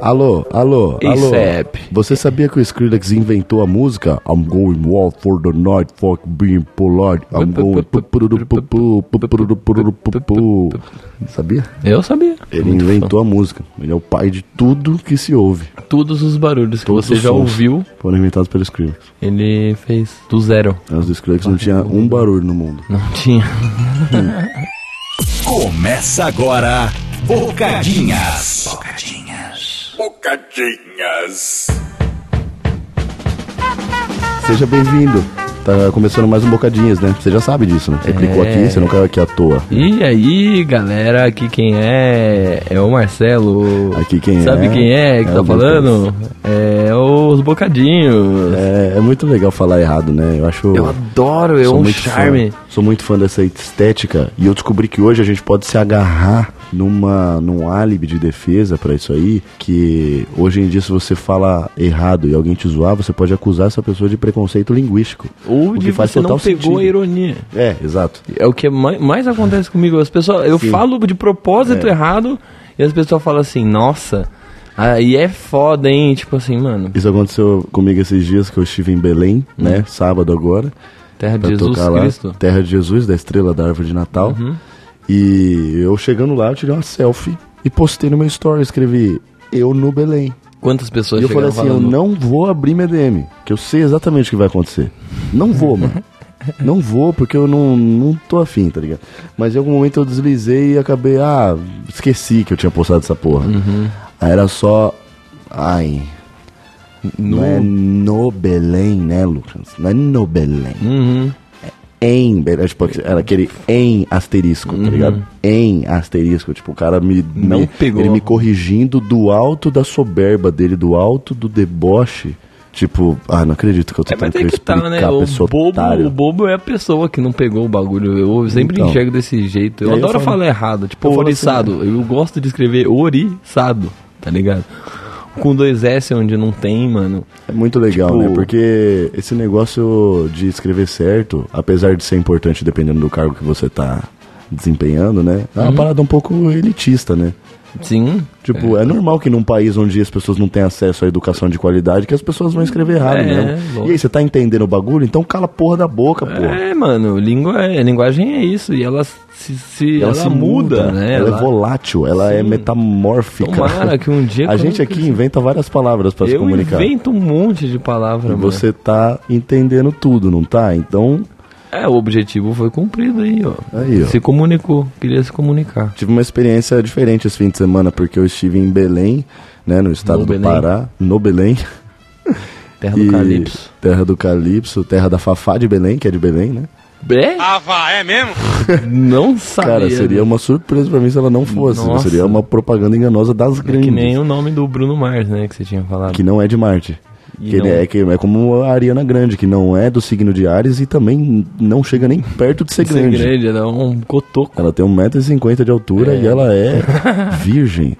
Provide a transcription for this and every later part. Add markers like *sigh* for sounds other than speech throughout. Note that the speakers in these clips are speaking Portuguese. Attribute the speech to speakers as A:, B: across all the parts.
A: Alô, alô, alô.
B: ASAP.
A: Você sabia que o Skrillex inventou a música I'm going all for the night, fuck being polite. I'm going. Sabia?
B: Eu sabia.
A: Ele inventou a música. Ele é o pai de tudo que se ouve.
B: Todos os barulhos que
A: Todos
B: você
A: os
B: já
A: sons
B: ouviu,
A: Foram inventados pelo Skrillex.
B: ele fez do zero.
A: Antes do Skrillex não tinha um barulho no mundo.
B: Não tinha.
C: Começa agora, Bocadinhas. Bocadinhas. Bocadinhas.
A: Seja bem-vindo. Tá começando mais um Bocadinhas, né? Você já sabe disso, né? Você clicou
B: É.
A: aqui, você não caiu aqui à toa.
B: E aí, galera, aqui quem é é o Marcelo.
A: Aqui quem
B: Sabe
A: é?
B: quem é que
A: É
B: tá
A: o
B: falando? É os Bocadinhos.
A: É, é muito legal falar errado, né? Eu acho.
B: Eu adoro, é
A: sou
B: um
A: muito fã.
B: charme.
A: sou muito fã dessa estética e eu descobri que hoje a gente pode se agarrar numa num álibi de defesa pra isso aí, que hoje em dia se você fala errado e alguém te zoar, você pode acusar essa pessoa de preconceito linguístico.
B: Ou
A: o
B: de
A: que faz
B: você não
A: total
B: pegou a
A: sentido.
B: ironia.
A: É, exato.
B: É o que mai- mais acontece comigo. As pessoas, eu falo de
A: É.
B: propósito errado e as pessoas falam assim, nossa, aí é foda, hein? Tipo assim, mano,
A: Isso aconteceu comigo esses dias que eu estive em Belém, né? Sábado agora.
B: terra de
A: pra
B: Hum. Jesus
A: tocar lá,
B: Cristo. Uhum.
A: Terra de Jesus, da estrela da árvore de Natal. E eu chegando lá, eu tirei uma selfie e postei no meu story, escrevi eu no Belém.
B: Quantas pessoas
A: e eu falei
B: chegaram
A: assim,
B: falando,
A: eu não vou abrir minha DM, que eu sei exatamente o que vai acontecer. Não vou, *laughs* mano. Não vou, porque eu não, não tô afim, tá ligado? Mas em algum momento eu deslizei e acabei, ah, esqueci que eu tinha postado essa porra. Aí era só, ai, não é no Belém, né, Lucas? Não é no Belém
B: Uhum.
A: em, era, tipo, era aquele em asterisco, tá ligado? Em asterisco, tipo, o cara me,
B: Uhum. Não
A: me-
B: pegou.
A: ele me corrigindo do alto da soberba dele, do alto do deboche, tipo, ah, não acredito que eu tô
B: É, mas
A: tendo
B: tem que tá,
A: explicar
B: né?
A: pra
B: O
A: esse
B: bobo,
A: otário.
B: o bobo é a pessoa que não pegou o bagulho. Eu sempre
A: Então.
B: enxergo desse jeito.
A: E
B: Eu
A: aí eu
B: adoro
A: falo-
B: falar errado. Tipo,
A: eu falo assim, né?
B: oriçado. eu gosto de escrever oriçado, tá ligado? Com dois S onde não tem, mano.
A: É muito legal,
B: Tipo-
A: né? Porque esse negócio de escrever certo, apesar de ser importante dependendo do cargo que você tá desempenhando, né? É uma
B: Uhum.
A: parada um pouco elitista, né?
B: Sim.
A: Tipo, é. normal que num país onde as pessoas não têm acesso à educação de qualidade, que as pessoas vão escrever errado
B: É,
A: mesmo.
B: lógico.
A: E aí, você tá entendendo o bagulho? Então cala a porra da boca, porra.
B: É, mano, língua, é- linguagem é isso. E ela se, se-
A: E
B: ela muda, né?
A: Ela, é volátil, ela é metamórfica.
B: Tomara que um
A: *laughs*
B: dia
A: a
B: quando
A: gente
B: eu
A: aqui inventa várias palavras pra se
B: eu
A: comunicar.
B: invento né? um monte de
A: E
B: palavra, mano.
A: Você tá entendendo tudo, não tá? Então,
B: É, o objetivo foi cumprido aí, ó.
A: aí, ó.
B: Se comunicou, queria se comunicar.
A: Tive uma experiência diferente esse fim de semana, porque eu estive em Belém, né, no estado
B: No
A: do
B: Belém.
A: Pará, no Belém.
B: Terra do
A: E-
B: Calypso.
A: Terra do Calypso, terra da Fafá de Belém, que é de Belém, né?
B: É?
D: Ava, é mesmo?
B: *laughs* Não sabia.
A: Cara, seria uma surpresa pra mim se ela não fosse.
B: né?
A: né?
B: Nossa. É
A: Seria uma propaganda enganosa das grandes.
B: Que nem o nome do Bruno Mars, né, que você tinha falado.
A: um que não é de Marte.
B: E
A: Que ele
B: não-
A: é, que é como a Ariana Grande, que não é do signo de Ares e também não chega nem perto de ser
B: *laughs* Ser
A: grande.
B: grande, era um cotoco.
A: Ela tem 1,50m de altura e ela
B: *laughs*
A: é virgem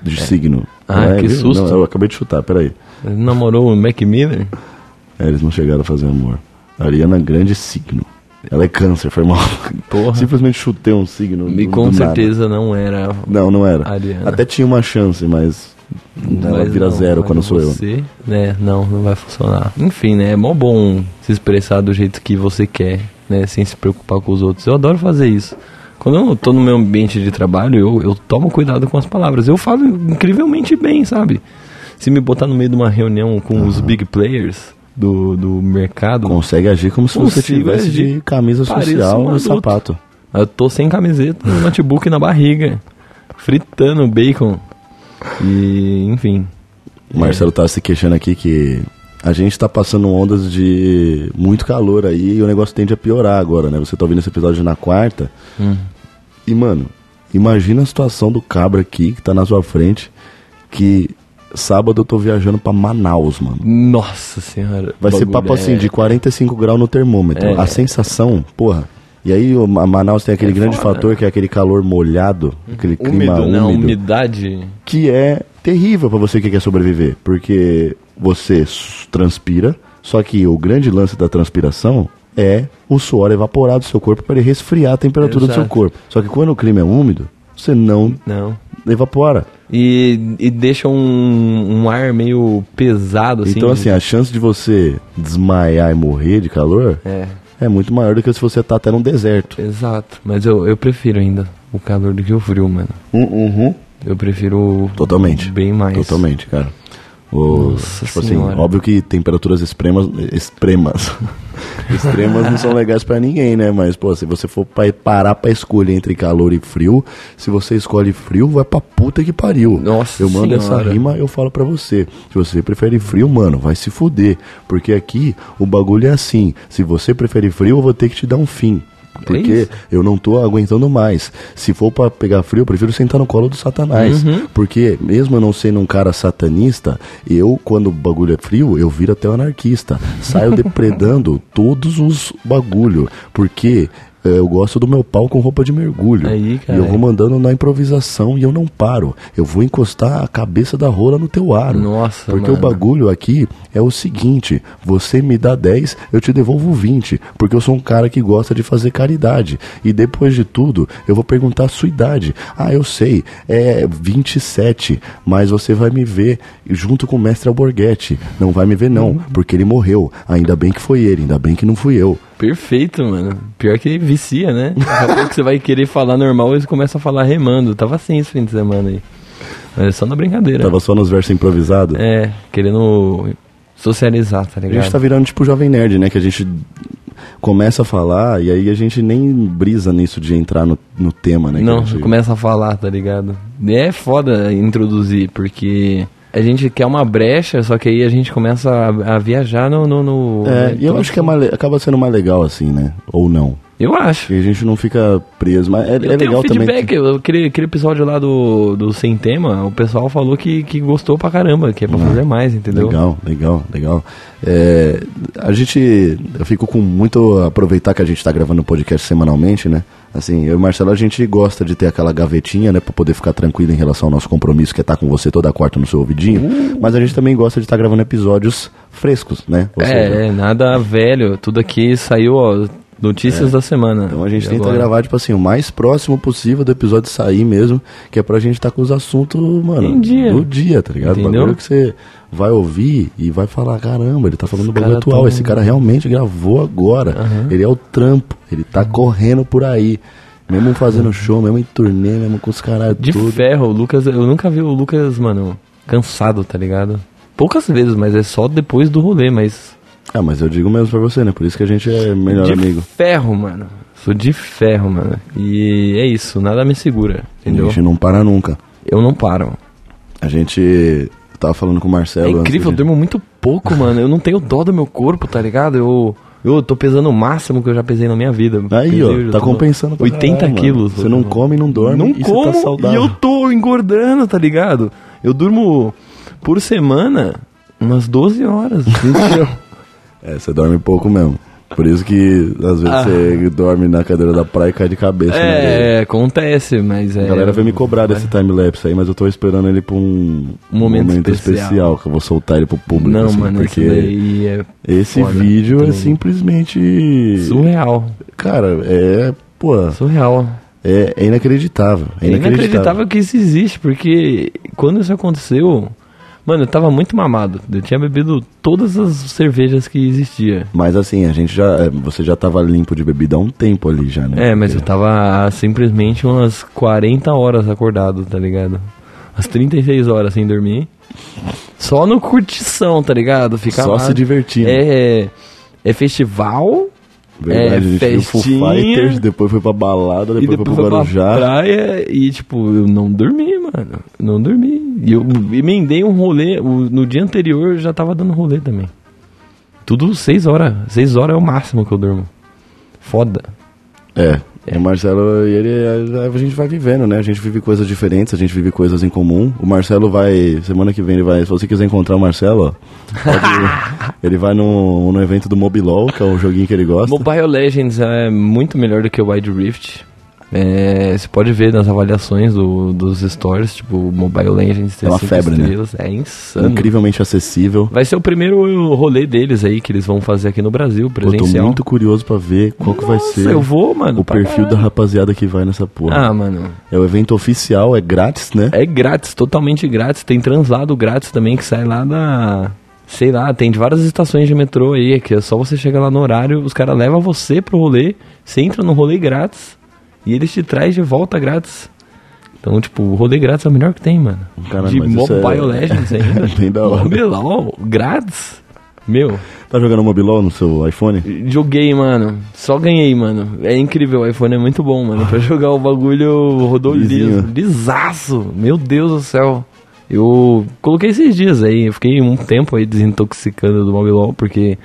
A: de signo.
B: Ah,
A: Ela é
B: que
A: virgem?
B: susto.
A: Não, eu acabei de chutar, peraí.
B: Ele namorou o Mac Miller?
A: É, eles não chegaram a fazer amor. Ariana Grande signo. Ela é câncer, foi mal.
B: Porra.
A: Simplesmente chutei um signo.
B: E
A: do-
B: com
A: do nada.
B: certeza não era.
A: Não, não era.
B: Ariana.
A: Até tinha uma chance, mas ela
B: Mas
A: vira
B: não,
A: zero
B: mas
A: quando sou eu.
B: você, Né, não, não vai funcionar. Enfim, né? É mó bom se expressar do jeito que você quer, né? Sem se preocupar com os outros. Eu adoro fazer isso. Quando eu tô no meu ambiente de trabalho, eu, eu tomo cuidado com as palavras. Eu falo incrivelmente bem, sabe? Se me botar no meio de uma reunião com os big players do, do mercado,
A: Consegue agir como se você
B: Consigo
A: tivesse de
B: agir.
A: camisa
B: Pareço
A: social
B: um
A: e
B: adulto.
A: sapato.
B: eu tô sem camiseta, no notebook na barriga, fritando bacon. E, enfim. É.
A: O Marcelo tá se queixando aqui que a gente tá passando ondas de muito calor aí e o negócio tende a piorar agora, né? Você tá ouvindo esse episódio na quarta.
B: Hum.
A: E, mano, imagina a situação do cabra aqui que tá na sua frente que sábado eu tô viajando pra Manaus, mano.
B: Nossa senhora.
A: Vai ser
B: bagulho
A: papo assim,
B: é-
A: de 45 graus no termômetro.
B: É.
A: A sensação, porra. E aí o Ma- Manaus tem aquele
B: É
A: grande
B: foda.
A: fator que é aquele calor molhado, aquele clima
B: úmido, né?
A: úmido,
B: Umidade.
A: que é terrível pra você que quer sobreviver, porque você s- transpira, só que o grande lance da transpiração é o suor evaporar do seu corpo para ele resfriar a temperatura do seu
B: Exato.
A: corpo. Só que quando o clima é úmido, você não
B: Não.
A: evapora.
B: E, e deixa um, um ar meio pesado, assim.
A: então,
B: de-
A: assim, a chance de você desmaiar e morrer de calor
B: É,
A: é muito maior do que se você tá até num deserto.
B: exato. Mas eu, eu prefiro ainda o calor do que o frio, mano.
A: Uhum.
B: Eu prefiro.
A: Totalmente.
B: Bem mais.
A: Totalmente, cara. O,
B: Nossa
A: tipo
B: senhora.
A: assim, óbvio que temperaturas extremas. Extremas. *laughs* extremas não são legais pra ninguém, né? Mas, pô, se você for pra, parar pra escolher entre calor e frio, se você escolhe frio, vai pra puta que pariu.
B: Nossa
A: Eu mando essa
B: senhora.
A: rima, eu falo pra você. Se você prefere frio, mano, vai se fuder. Porque aqui o bagulho é assim. Se você prefere frio, eu vou ter que te dar um fim. Porque
B: isso.
A: eu não tô aguentando mais. Se for pra pegar frio, eu prefiro sentar no colo do satanás. Porque, mesmo eu não sendo um cara satanista, eu, quando o bagulho é frio, eu viro até o anarquista. Saio depredando todos os bagulho. Porque eh, eu gosto do meu pau com roupa de mergulho.
B: Aí,
A: e eu
B: caralho.
A: vou mandando na improvisação e eu não paro. Eu vou encostar a cabeça da rola no teu aro.
B: Nossa,
A: Porque o
B: mano.
A: bagulho aqui é o seguinte: você me dá 10, eu te devolvo 20. Porque eu sou um cara que gosta de fazer caridade. E depois de tudo, eu vou perguntar a sua idade. Ah, eu sei, é 27. Mas você vai me ver junto com o mestre Alborguete. Não vai me ver, não, porque ele morreu. Ainda bem que foi ele, ainda bem que não fui eu.
B: Perfeito, mano. Pior que vicia, né? Daqui a pouco você vai querer falar normal, eles começam a falar remando. Tava assim esse fim de semana aí. Mas é só na brincadeira.
A: Tava só nos versos improvisados.
B: É, querendo socializar, tá
A: A gente
B: ligado?
A: tá virando tipo jovem nerd, né? Que a gente começa a falar e aí a gente nem brisa nisso de entrar no, no tema, né? que a
B: Não,
A: gente-
B: começa a falar, tá ligado? E É foda introduzir, porque a gente quer uma brecha, só que aí a gente começa a, a viajar no. no, no-
A: É,
B: né,
A: e eu
B: todo-
A: acho que é mais le- acaba sendo mais legal assim, né? Ou não.
B: Eu acho.
A: E a gente não fica preso, mas é, é
B: Eu tenho um
A: legal também.
B: feedback, eu- aquele, aquele episódio lá do, do Sem Tema, o pessoal falou que, que gostou pra caramba, que é pra fazer mais, entendeu?
A: Ah, Legal, legal, legal. É, a gente. Eu fico com muito. Aproveitar que a gente tá gravando o podcast semanalmente, né? Assim, eu e o Marcelo, a gente gosta de ter aquela gavetinha, né? Pra poder ficar tranquilo em relação ao nosso compromisso, que é estar com você toda quarta no seu ouvidinho.
B: Uh!
A: Mas a gente também gosta de estar gravando episódios frescos, né? Ou seja,
B: É, é, nada velho, tudo aqui saiu, ó, notícias da semana.
A: Então a gente
B: E
A: tenta
B: agora?
A: gravar, tipo assim, o mais próximo possível do episódio sair mesmo, que é pra gente estar com os assuntos, mano,
B: Em dia.
A: do dia, tá ligado?
B: Entendeu?
A: Bagulho que você vai ouvir e vai falar, caramba, ele tá falando do bagulho
B: cara
A: atual,
B: tá-
A: esse cara realmente gravou agora, ele é o trampo, ele tá correndo por aí, mesmo fazendo show, mesmo em turnê, mesmo com os caras
B: De
A: tudo.
B: ferro, o Lucas, eu nunca vi o Lucas, mano, cansado, tá ligado? Poucas vezes, mas é só depois do rolê, mas.
A: Ah, mas eu digo mesmo pra você, né? Por isso que a gente é melhor
B: de
A: amigo.
B: ferro, mano. Sou de ferro, mano. E é isso, nada me segura,
A: A
B: entendeu?
A: gente não para nunca.
B: Eu não paro.
A: A gente... Eu tava falando com o Marcelo
B: É
A: antes
B: incrível, eu
A: de-
B: durmo muito
A: *laughs*
B: pouco, mano. Eu não tenho dó do meu corpo, tá ligado? Eu, eu tô pesando o máximo que eu já pesei na minha vida.
A: Aí,
B: Pesei,
A: ó,
B: eu já
A: tá
B: tô-
A: compensando pra
B: 80
A: caralho, mano.
B: quilos.
A: Você não come, não dorme
B: Não
A: e
B: como
A: você tá saudável.
B: e eu tô engordando, tá ligado? Eu durmo por semana umas 12
A: *laughs*
B: horas. *laughs* entendeu?
A: É, você dorme pouco mesmo. Por isso que às vezes
B: Ah.
A: você dorme na cadeira da praia e cai de cabeça. na areia.
B: é, acontece, mas é...
A: A galera veio me cobrar desse timelapse aí, mas eu tô esperando ele pra um
B: Um momento especial.
A: que eu vou soltar ele pro público.
B: Não,
A: assim,
B: mano,
A: porque
B: isso daí é
A: esse
B: foda.
A: vídeo é
B: Também.
A: simplesmente.
B: surreal.
A: Cara, é. Pô,
B: Surreal.
A: é, é inacreditável. É
B: É inacreditável que isso existe, porque quando isso aconteceu... Mano, eu tava muito mamado. Eu tinha bebido todas as cervejas que existia.
A: Mas assim, a gente já. é, Você já tava limpo de bebida há um tempo ali já, né?
B: É, mas eu tava simplesmente umas 40 horas acordado, tá ligado? As 36 horas sem dormir. Só no curtição, tá ligado? Ficar
A: Só
B: lá.
A: se divertindo.
B: É, é festival,
A: Verdade,
B: É,
A: a gente viu Foo
B: festinha.
A: Fighters, depois foi pra balada, depois,
B: e depois
A: foi pro
B: foi
A: Guarujá.
B: pra praia e, tipo, eu não dormi, mano. Não dormi. E eu emendei um rolê, o- no dia anterior eu já tava dando rolê também. Tudo 6 horas. 6 horas é o máximo que eu durmo. Foda.
A: É. O Marcelo, ele, a, a gente vai vivendo, né? A gente vive coisas diferentes, a gente vive coisas em comum. O Marcelo vai, semana que vem ele vai, se você quiser encontrar o Marcelo, ó, pode-
B: *laughs*
A: ele vai no, no um evento do Mobilol, que é o joguinho que ele gosta.
B: Mobile Legends é muito melhor do que o Wide Rift. É, você pode ver nas avaliações do- dos stories, tipo, Mobile Legends tem
A: É uma
B: cinco
A: febre, né?
B: estrelas. É insano.
A: Incrivelmente acessível.
B: Vai ser o primeiro rolê deles aí que eles vão fazer aqui no Brasil,
A: Eu tô
B: presencial.
A: muito curioso pra ver qual que vai
B: Nossa,
A: ser
B: eu vou, mano.
A: o
B: pra
A: perfil da
B: caralho.
A: rapaziada que vai nessa porra.
B: Ah, mano.
A: É o evento oficial, é grátis, né?
B: É grátis, totalmente grátis. Tem translado grátis também que sai lá da. Sei lá, tem de várias estações de metrô aí, que é só você chegar lá no horário, os caras levam você pro rolê, você entra no rolê grátis e eles te trazem de volta grátis. Então, tipo, o rolê grátis é o melhor que tem, mano.
A: Caralho,
B: de
A: mas isso é-
B: Mobile
A: *laughs*
B: Legends né? ainda.
A: Bem da hora.
B: Mobilol, grátis. Meu,
A: Tá jogando Mobilol no seu iPhone?
B: joguei, mano. Só ganhei, mano. É incrível, o iPhone é muito bom, mano. Pra jogar o bagulho rodou liso,
A: Lisinho.
B: lisaço. Meu Deus do céu. Eu coloquei esses dias aí, eu fiquei um tempo aí desintoxicando do Mobilol, porque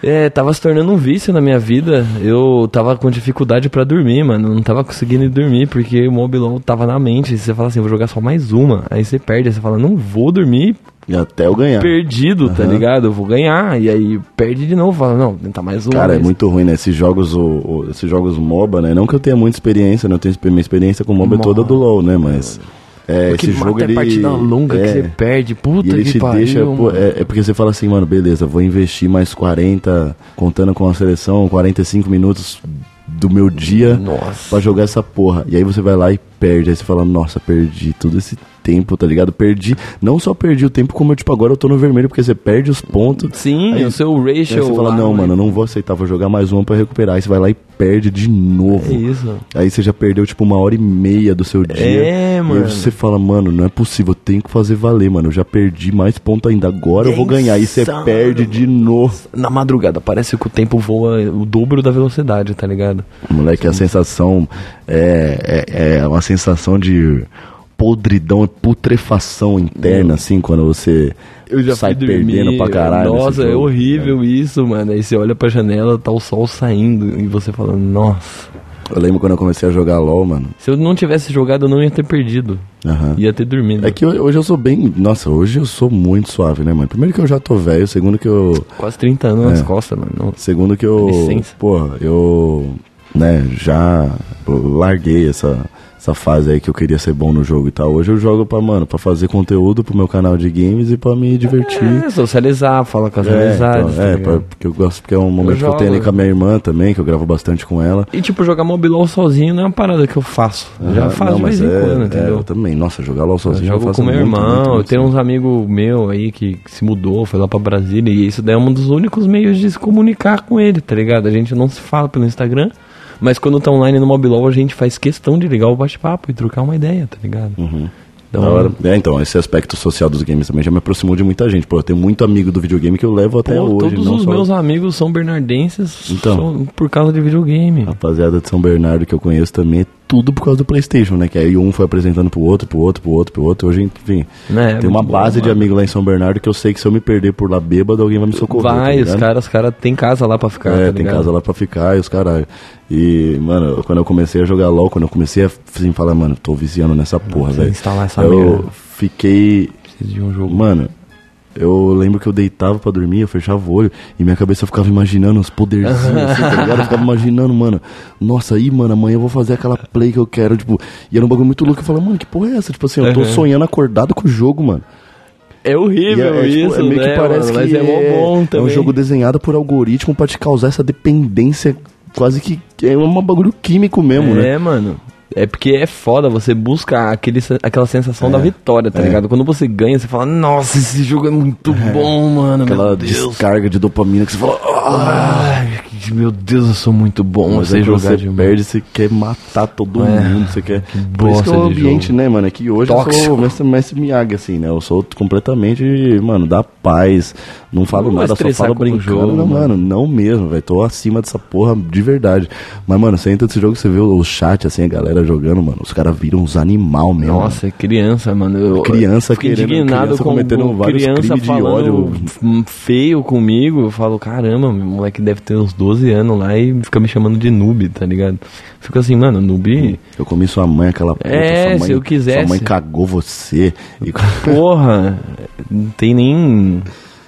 B: é, tava se tornando um vício na minha vida. Eu tava com dificuldade pra dormir, mano. Não tava conseguindo ir dormir porque o Mobilol tava na mente. Você fala assim, vou jogar só mais uma. Aí você perde, aí você fala, não vou dormir
A: E até eu ganhar.
B: perdido, tá
A: Aham.
B: ligado? Eu vou ganhar. E aí perde de novo, fala, não, tentar mais um.
A: Cara, é muito ruim, né? Esses jogos, o, o- esses jogos MOBA, né? Não que eu tenha muita experiência, né? Eu tenho exper- minha experiência com MOBA é toda do LoL, né? Mas. É,
B: Porque
A: esse jogo
B: mata
A: ele.
B: é partida longa
A: é,
B: que você perde.
A: e
B: Puta
A: ele
B: que
A: te
B: pariu.
A: deixa. pô,
B: mano.
A: é, é porque você fala assim, mano, beleza, vou investir mais 40, contando com a seleção, 45 minutos do meu dia
B: Nossa.
A: pra jogar essa porra. E aí você vai lá e perde. Aí você fala, nossa, perdi todo esse tempo, tá ligado? Perdi. Não só perdi o tempo, como eu, tipo, agora eu tô no vermelho, porque você perde os pontos.
B: Sim,
A: Aí-
B: o seu
A: Aí
B: ratio.
A: você fala,
B: lá,
A: não,
B: né?
A: mano, eu não vou aceitar, vou jogar mais uma pra recuperar. Aí você vai lá e perde de novo.
B: É isso.
A: Aí você já perdeu, tipo, uma hora e meia do seu dia.
B: É,
A: E aí
B: mano.
A: você fala, mano, não é possível, eu tenho que fazer valer, mano. Eu já perdi mais ponto ainda, agora eu
B: É
A: vou ganhar. Aí você
B: insano,
A: perde de novo.
B: Na madrugada, parece que o tempo voa o dobro da velocidade, tá ligado?
A: Moleque, a sensação é, é, é uma sensação de podridão e putrefação interna, assim, quando você sai
B: fui
A: perdendo pra caralho. assim, nesse
B: Nossa, é
A: jogo.
B: horrível isso, mano. Aí você olha pra janela, tá o sol saindo. E você fala, nossa.
A: Eu lembro quando eu comecei a jogar LOL, mano.
B: Se eu não tivesse jogado, eu não ia ter perdido.
A: Aham.
B: Ia ter dormido.
A: É que ho- hoje eu sou bem. Nossa, hoje eu sou muito suave, né, mano? Primeiro que eu já tô velho, segundo que eu.
B: Quase 30 anos nas
A: É.
B: costas, mano. Nossa.
A: Segundo que eu.
B: Licença.
A: Porra, eu. Né, já larguei essa, essa fase aí que eu queria ser bom no jogo e tal. Hoje eu jogo pra, mano, pra fazer conteúdo pro meu canal de games e pra me divertir.
B: É, socializar, falar com as
A: É,
B: amizades.
A: então, é,
B: tá ligado?
A: pra- porque eu gosto, porque é um momento que eu
B: jogo.
A: tenho ali com a minha irmã também, que eu gravo bastante com ela.
B: E tipo, jogar Mobilol sozinho não é uma parada que eu faço. Eu já
A: Aham,
B: faço de vez em
A: é-
B: quando,
A: é,
B: entendeu?
A: eu também. Nossa, jogar LOL
B: eu
A: sozinho eu
B: jogo
A: faço
B: com meu
A: muito,
B: irmão,
A: muito, assim. muito
B: eu tenho um uns amigos meu aí que, que se mudou, foi lá pra Brasília, e isso daí é um dos únicos meios de se comunicar com ele, tá ligado? A gente não se fala pelo Instagram, mas quando tá online no Mobilol a gente faz questão de ligar o bate-papo e trocar uma ideia, tá ligado? Então,
A: Da Uhum. hora. É, então, esse aspecto social dos games também já me aproximou de muita gente. Pô, eu tenho muito amigo do videogame que eu levo até
B: pô,
A: hoje.
B: todos
A: não
B: os
A: só
B: meus amigos são bernardenses
A: Então. Ah,
B: só por causa de videogame.
A: Rapaziada de São Bernardo que eu conheço também, é tudo por causa do Playstation, né? Que aí um foi apresentando pro outro, pro outro, pro outro, pro outro. Hoje, enfim,
B: Né, é
A: tem uma
B: muito bom,
A: base de
B: mano.
A: amigo lá em São Bernardo que eu sei que se eu me perder por lá bêbado, alguém vai me socorrer. tá
B: Vai, os
A: ligado?
B: caras, os caras têm casa lá pra ficar,
A: é,
B: tá
A: tem
B: ligado?
A: casa lá pra ficar e os caralho. E, mano, eu- quando eu comecei a jogar LOL, quando eu comecei a assim, falar, mano, tô viciando nessa porra,
B: precisa
A: velho.
B: instalar essa
A: Eu
B: merda.
A: fiquei
B: Preciso de um jogo.
A: Mano, eu lembro que eu deitava pra dormir, eu fechava o olho e minha cabeça ficava imaginando os poderzinhos assim, tá ligado? Eu ficava imaginando, mano, nossa, aí, mano, amanhã eu vou fazer aquela play que eu quero, tipo, e era um bagulho muito louco. Eu falava, mano, que porra é essa? Tipo assim, eu tô
B: Uhum.
A: sonhando acordado com o jogo, mano.
B: É
A: E
B: horrível
A: tipo,
B: isso,
A: meio
B: né,
A: que parece
B: mano?
A: que
B: Mas é mó bom
A: é
B: também.
A: um jogo desenhado por algoritmo pra te causar essa dependência quase que. É um bagulho químico mesmo, né?
B: É, mano. É porque é foda você busca aquele, se- aquela sensação
A: É,
B: da vitória, tá ligado? Quando você ganha, você fala, nossa, esse jogo é muito bom, mano.
A: Aquela
B: meu Deus.
A: descarga de dopamina que você fala, ah,
B: Ai, que- meu Deus, eu sou muito bom.
A: Mas
B: você
A: é que
B: jogar
A: você
B: de É.
A: perde, você quer matar todo mundo, você quer. Por isso
B: bosta
A: que é o
B: de
A: ambiente,
B: jogo.
A: né, mano? É que hoje eu sou
B: Tóxico.
A: o mestre, mestre Miyagi, assim, né? Eu sou completamente, mano, da paz. Não falo
B: Não vai
A: nada, só
B: estressar
A: falo
B: com o
A: brincando.
B: jogo,
A: não, mano,
B: mano.
A: não mesmo, velho. Tô acima dessa porra de verdade. Mas, mano, você entra nesse jogo, você vê o chat, assim, a galera jogando, mano. Os caras viram uns animal mesmo. mano.
B: Nossa, é criança, mano. Eu,
A: né? Criança
B: eu fico
A: querendo-
B: indignado
A: criança
B: com
A: cometendo
B: com
A: vários
B: criança
A: crimes de
B: falando
A: ódio.
B: f- feio comigo. Eu falo, caramba, meu moleque deve ter uns 12 anos lá e fica me chamando de noob, tá ligado? Fico assim, mano, noob.
A: Eu comi sua mãe, aquela puta.
B: É,
A: sua mãe,
B: se eu quisesse.
A: Sua mãe cagou você.
B: *laughs*
A: E...
B: Porra, não tem nem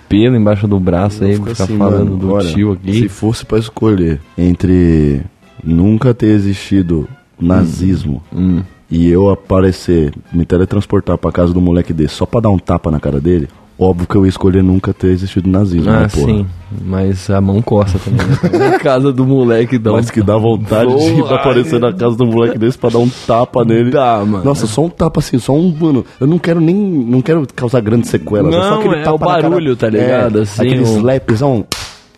B: pelo embaixo do braço aí
A: Eu
B: pra
A: fico
B: ficar
A: assim,
B: falando
A: mano,
B: do
A: olha,
B: tio
A: Se
B: aqui.
A: fosse pra escolher entre nunca ter existido nazismo,
B: Hum.
A: e eu aparecer, me teletransportar pra casa do moleque desse só pra dar um tapa na cara dele, óbvio que eu ia escolher nunca ter existido nazismo,
B: Ah,
A: né, porra?
B: sim. Mas a mão coça também. Né? Na casa do moleque dá um
A: Mas que dá vontade de ir
B: Vou lá.
A: aparecer na casa do moleque desse pra dar um tapa nele.
B: Dá, mano.
A: Nossa, só um tapa assim, só um. Mano, eu não quero nem. Não quero causar grandes sequelas.
B: Não,
A: só aquele
B: é
A: tapa
B: o
A: na cara-
B: barulho, tá ligado?
A: É,
B: Assim,
A: aquele
B: um-
A: slapzão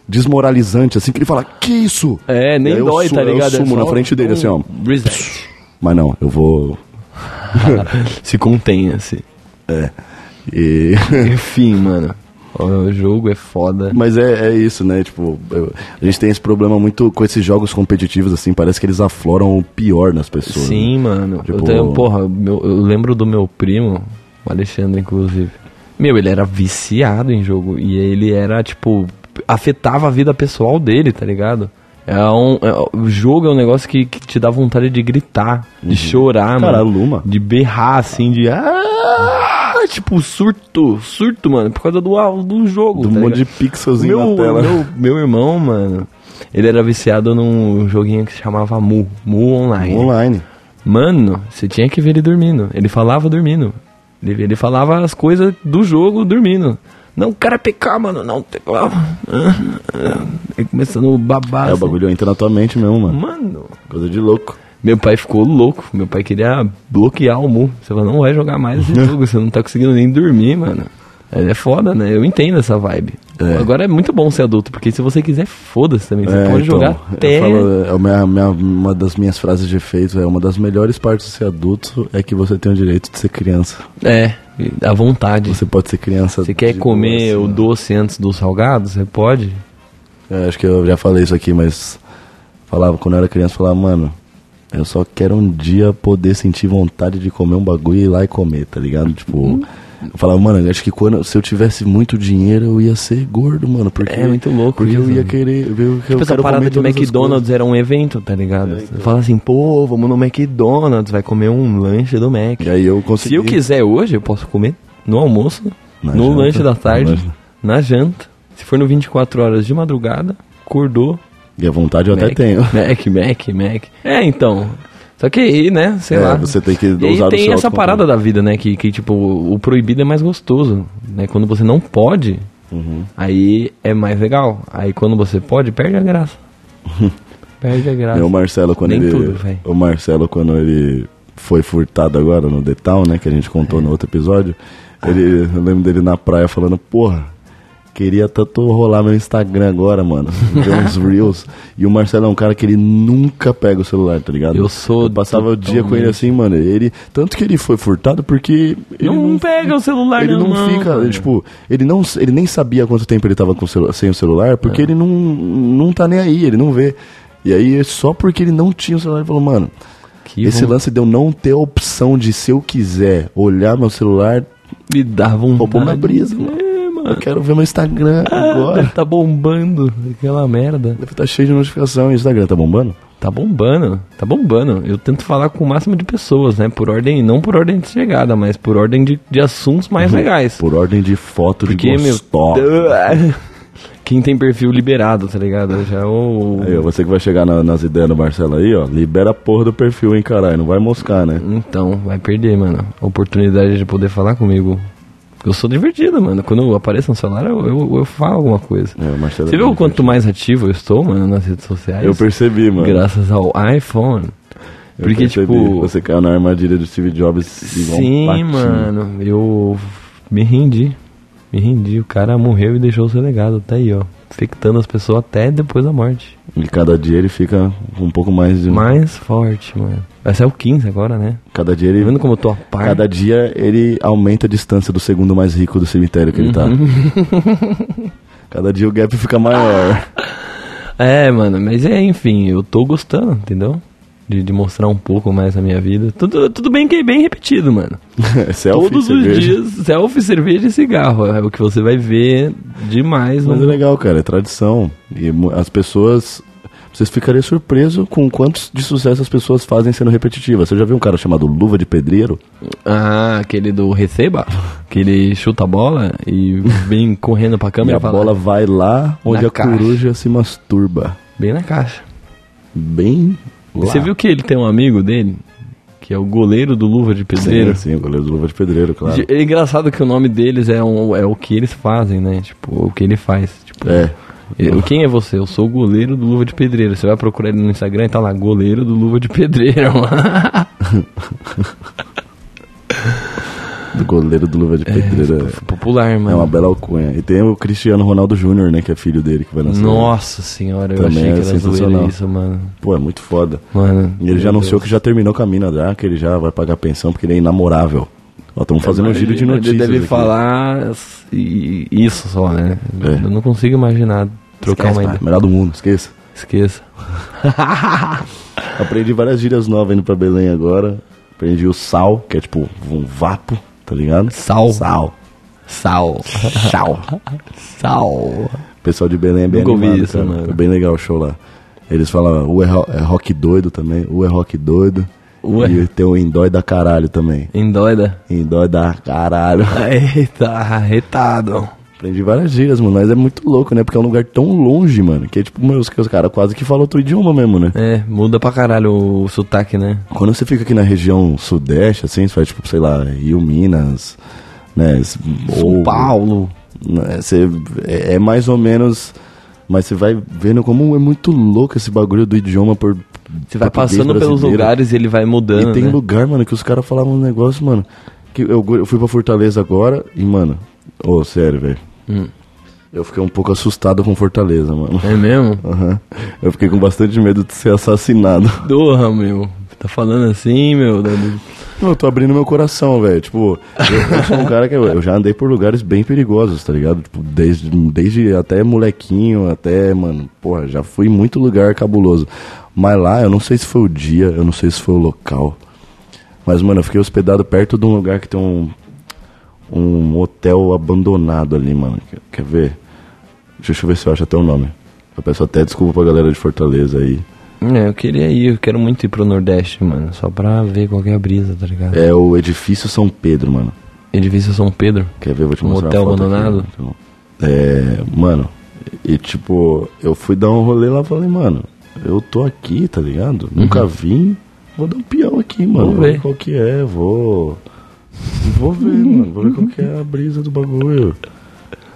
A: desmoralizante, assim, que ele fala: Que isso?
B: É,
A: E aí
B: nem
A: eu
B: dói,
A: su-
B: tá ligado?
A: Eu sumo
B: É
A: na
B: só
A: frente dele,
B: um
A: assim, ó.
B: Reset.
A: Mas não, eu vou.
B: Se contenha,
A: assim.
B: se.
A: E. *laughs*
B: Enfim, mano. O jogo é foda.
A: Mas é, é isso, né? Tipo, eu- a gente tem esse problema muito com esses jogos competitivos, assim, parece que eles afloram o pior nas pessoas.
B: Sim, mano.
A: Tipo-
B: Eu, tenho, porra, meu- eu lembro do meu primo, o Alexandre, inclusive. Meu, ele era viciado em jogo. E ele era, tipo, afetava a vida pessoal dele, tá ligado? É um, é- o jogo é um negócio que, que te dá vontade de gritar, de chorar,
A: Uhum. Cara,
B: mano.
A: Luma.
B: De berrar, assim, de. "Ah!" Tipo, surto, surto, mano, por causa do, au- do jogo.
A: Do
B: tá
A: um monte
B: ligado?
A: de pixelzinho
B: meu,
A: na tela.
B: Meu, meu irmão, mano, ele era viciado num joguinho que se chamava Mu, Mu Online.
A: Online.
B: Mano, você tinha que ver ele dormindo. Ele falava dormindo. Ele, ele falava as coisas do jogo dormindo. Não, cara, pecar, mano, não. te- *laughs* ah, ah, ah. Ele começando a babar.
A: É, o
B: assim.
A: bagulho entra na tua mente mesmo, mano.
B: Mano,
A: Coisa de louco.
B: meu pai ficou louco. Meu pai queria bloquear o Mu. Você falou, não vai jogar
A: *laughs*
B: mais esse jogo, você não tá conseguindo nem dormir, mano. Ele é foda, né? Eu entendo essa vibe.
A: É.
B: Agora é muito bom ser adulto, porque se você quiser, foda-se também. Você
A: É,
B: pode
A: então,
B: jogar
A: eu
B: até.
A: falo, é, a minha- minha- uma das minhas frases de efeito é uma das melhores partes de ser adulto é que você tem o direito de ser criança.
B: É, à vontade.
A: Você pode ser criança.
B: Você quer
A: de
B: comer
A: boa,
B: o
A: assim,
B: doce antes do salgado? Você pode?
A: né? É, acho que eu já falei isso aqui, mas falava quando eu era criança, falava, mano, eu só quero um dia poder sentir vontade de comer um bagulho e ir lá e comer, tá ligado? Tipo,
B: Uhum.
A: eu falava, mano, acho que quando se eu tivesse muito dinheiro eu ia ser gordo, mano, porque
B: É, muito louco
A: porque eu
B: isso,
A: ia
B: né?
A: querer, eu, eu
B: Tipo, essa
A: quero
B: parada
A: comer
B: de
A: todas as É, então.
B: McDonald's era um evento, tá ligado? Você fala assim, pô, vamos no McDonald's, vai comer um lanche do Mac.
A: coisas. E aí eu consegui.
B: Se eu quiser hoje, eu posso comer no almoço,
A: Na
B: no
A: janta,
B: lanche da tarde,
A: na janta.
B: na janta. Se for no 24 horas de madrugada, acordou.
A: E a vontade eu até
B: Mac,
A: tenho.
B: Mac, Mac, Mac. É, então. Só que aí, né, *laughs* sei
A: É,
B: lá.
A: você tem que
B: E aí
A: usar o
B: tem
A: seu
B: essa
A: autocontrole.
B: parada da vida, né? Que, que, tipo, o proibido é mais gostoso. Né? Quando você não pode,
A: Uhum.
B: aí é mais legal. Aí quando você pode, perde
A: *laughs*
B: a graça. perde a graça.
A: É, o Marcelo quando
B: né? Nem
A: ele.
B: tudo, véi.
A: o Marcelo quando ele foi furtado agora no Detal, né? Que a gente contou
B: É.
A: no outro episódio. Ele, eu lembro dele na praia falando, porra, queria tanto rolar meu Instagram agora, mano. Ver
B: *laughs*
A: uns Reels. E o Marcelo é um cara que ele nunca pega o celular, tá ligado?
B: Eu sou
A: passava o dia com ele assim, mano. Ele. Tanto que ele foi furtado porque. Ele
B: não, pega o celular,
A: ele
B: na
A: não,
B: mão,
A: fica,
B: cara.
A: tipo, ele não, ele nem sabia quanto tempo ele tava com o celu- sem o celular, porque
B: É.
A: ele não, não tá nem aí, ele não vê. E aí, só porque ele não tinha o celular, ele falou, mano,
B: Que
A: esse lance de eu não ter a opção de, se eu quiser, olhar meu celular,
B: me dá vontade.
A: roubou minha brisa, mano.
B: É, mano.
A: Eu quero ver meu Instagram
B: Agora.
A: agora.
B: Tá bombando aquela merda.
A: Deve estar cheio de notificação, e o Instagram tá bombando?
B: Tá bombando, tá bombando. Eu tento falar com o máximo de pessoas, né? Por ordem, não por ordem de chegada, mas por ordem de, de assuntos
A: Uhum.
B: mais legais.
A: Por ordem de foto
B: Porque,
A: de
B: meu.
A: gostosa.
B: *laughs* Quem tem perfil liberado, tá ligado? Já é o.
A: Aí, ó, você que vai chegar na- nas ideias do Marcelo aí, ó, libera a porra do perfil, hein, caralho, não vai moscar, né?
B: Então, vai perder, mano. A oportunidade de poder falar comigo. Eu sou divertido, mano. Quando eu apareço no celular, eu, eu, eu falo alguma coisa.
A: É, o Marcelo
B: Você
A: é
B: viu o
A: bem
B: quanto mais ativo eu estou, mano, nas redes sociais?
A: Eu percebi, mano.
B: Graças ao iPhone.
A: Eu
B: Porque,
A: percebi,
B: tipo.
A: Você caiu na armadilha do Steve Jobs igual um
B: Sim,
A: patinho.
B: mano, eu me rendi. Me rendi. O cara morreu e deixou o seu legado. Tá aí, ó. Infectando as pessoas até depois da morte.
A: E cada dia ele fica um pouco mais. De...
B: Mais forte, mano. Vai ser o 15 agora, né?
A: Cada dia
B: Tá
A: ele.
B: vendo como eu tô a par?
A: Cada dia ele aumenta a distância do segundo mais rico do cemitério que ele tá.
B: Uhum.
A: *laughs* cada dia o gap fica
B: *laughs*
A: maior.
B: É, mano, mas é, enfim, eu tô gostando, entendeu? De, de mostrar um pouco mais a minha vida. Tudo, tudo bem que é bem repetido, mano.
A: Selfie,
B: Todos os
A: cerveja.
B: dias, selfie, cerveja e cigarro. É o que você vai ver demais no
A: Mas é legal, cara, é tradição. E mu- as pessoas. Vocês ficariam surpresos com quantos de sucesso as pessoas fazem sendo repetitivas. Você já viu um cara chamado Luva de Pedreiro?
B: Ah, aquele do Receba, que ele chuta a bola e vem *laughs* correndo pra
A: E
B: câmera
A: a
B: e fala,
A: bola vai lá onde
B: Na
A: a
B: caixa. "Ah,
A: coruja se masturba.
B: bem na caixa.
A: Bem Lá.
B: Você viu que ele tem um amigo dele, que é o goleiro do Luva de
A: Sim,
B: Pedreiro?
A: sim, o goleiro do Luva de Pedreiro, claro.
B: De- É engraçado que o nome deles é, um, é o que eles fazem, né? Tipo, o que ele faz. Tipo,
A: É.
B: eu- quem é você? Eu sou o goleiro do Luva de Pedreiro. Você vai procurar ele no Instagram e tá lá, goleiro do Luva de Pedreiro. *laughs*
A: Do goleiro do Luva de Pedreiro. É,
B: Tipo, Popular, mano.
A: é uma bela alcunha. E tem o Cristiano Ronaldo Júnior, né? Que é filho dele que vai lançar.
B: Nossa senhora, eu
A: Também
B: achei
A: é
B: que era zoeira
A: sensacional.
B: isso, mano.
A: Pô, é muito foda.
B: Mano.
A: E ele já anunciou que já terminou com a mina já, que ele já vai pagar pensão porque ele é inamorável. Ó, estamos fazendo um giro de notícias.
B: É, Ele deve
A: aqui.
B: falar e- isso só, né?
A: É.
B: Eu não consigo imaginar trocar
A: Esquece,
B: uma
A: pai,
B: ideia.
A: É, Melhor do mundo, esqueça.
B: Esqueça.
A: Aprendi várias gírias novas indo pra Belém agora. Aprendi o sal, que é tipo um vapo, tá ligado?
B: Sal.
A: Sal.
B: Sal.
A: Sal.
B: *laughs* Sal.
A: O pessoal de Belém é bem
B: Nunca ouvi
A: animado,
B: isso,
A: cara.
B: mano.
A: É bem legal o show lá. Eles falam, o é, ro- é rock doido também, o é rock doido.
B: Ué.
A: E tem o indói da caralho também.
B: Indóida.
A: Indói da caralho. *laughs*
B: *laughs* Eita, arretado.
A: Aprendi várias gírias, mano, mas é muito louco, né? Porque é um lugar tão longe, mano, que é tipo, meu, os os caras quase que falam outro idioma mesmo, né?
B: É, muda pra caralho o sotaque, né?
A: Quando você fica aqui na região sudeste, assim, você faz tipo, sei lá, Rio, Minas, né? es-
B: São
A: ou-
B: Paulo.
A: né, Você é, é mais ou menos. Mas você vai vendo como é muito louco esse bagulho do idioma por.
B: Você vai
A: português
B: passando pelos
A: brasileiro.
B: lugares e ele vai mudando,
A: E tem
B: né?
A: lugar, mano, que os caras falavam um negócio, mano. Que eu, eu fui pra Fortaleza agora e, mano. Ô, sério, velho.
B: Hum.
A: Eu fiquei um pouco assustado com Fortaleza, mano. *laughs*
B: É mesmo?
A: Aham. Eu fiquei com bastante medo de ser assassinado.
B: Doa, meu. Tá falando assim, meu.
A: Não, eu tô abrindo meu coração, velho. Tipo, eu, eu sou um cara que eu, eu já andei por lugares bem perigosos, tá ligado? Tipo, desde, desde até molequinho, até, mano, porra, já fui em muito lugar cabuloso. Mas lá, eu não sei se foi o dia, eu não sei se foi o local. Mas, mano, eu fiquei hospedado perto de um lugar que tem um, um hotel abandonado ali, mano. Quer, quer ver? Deixa eu ver se eu acho até o nome. Eu peço até desculpa pra galera de Fortaleza aí.
B: É, eu queria ir, eu quero muito ir pro Nordeste, mano. Só pra ver qual que é a brisa, tá ligado?
A: É o Edifício São Pedro, mano.
B: Edifício São Pedro.
A: Quer ver? Vou te
B: Um
A: mostrar
B: hotel
A: uma foto aqui.
B: abandonado?
A: Então, É, mano, e tipo, eu fui dar um rolê lá e falei, mano, eu tô aqui, tá ligado? Nunca vim, vou dar um peão aqui, mano.
B: Vou
A: Vou ver
B: Uhum. ver.
A: qual que é, vou. Vou
B: *laughs*
A: ver, mano. Vou ver qual que é a brisa do bagulho.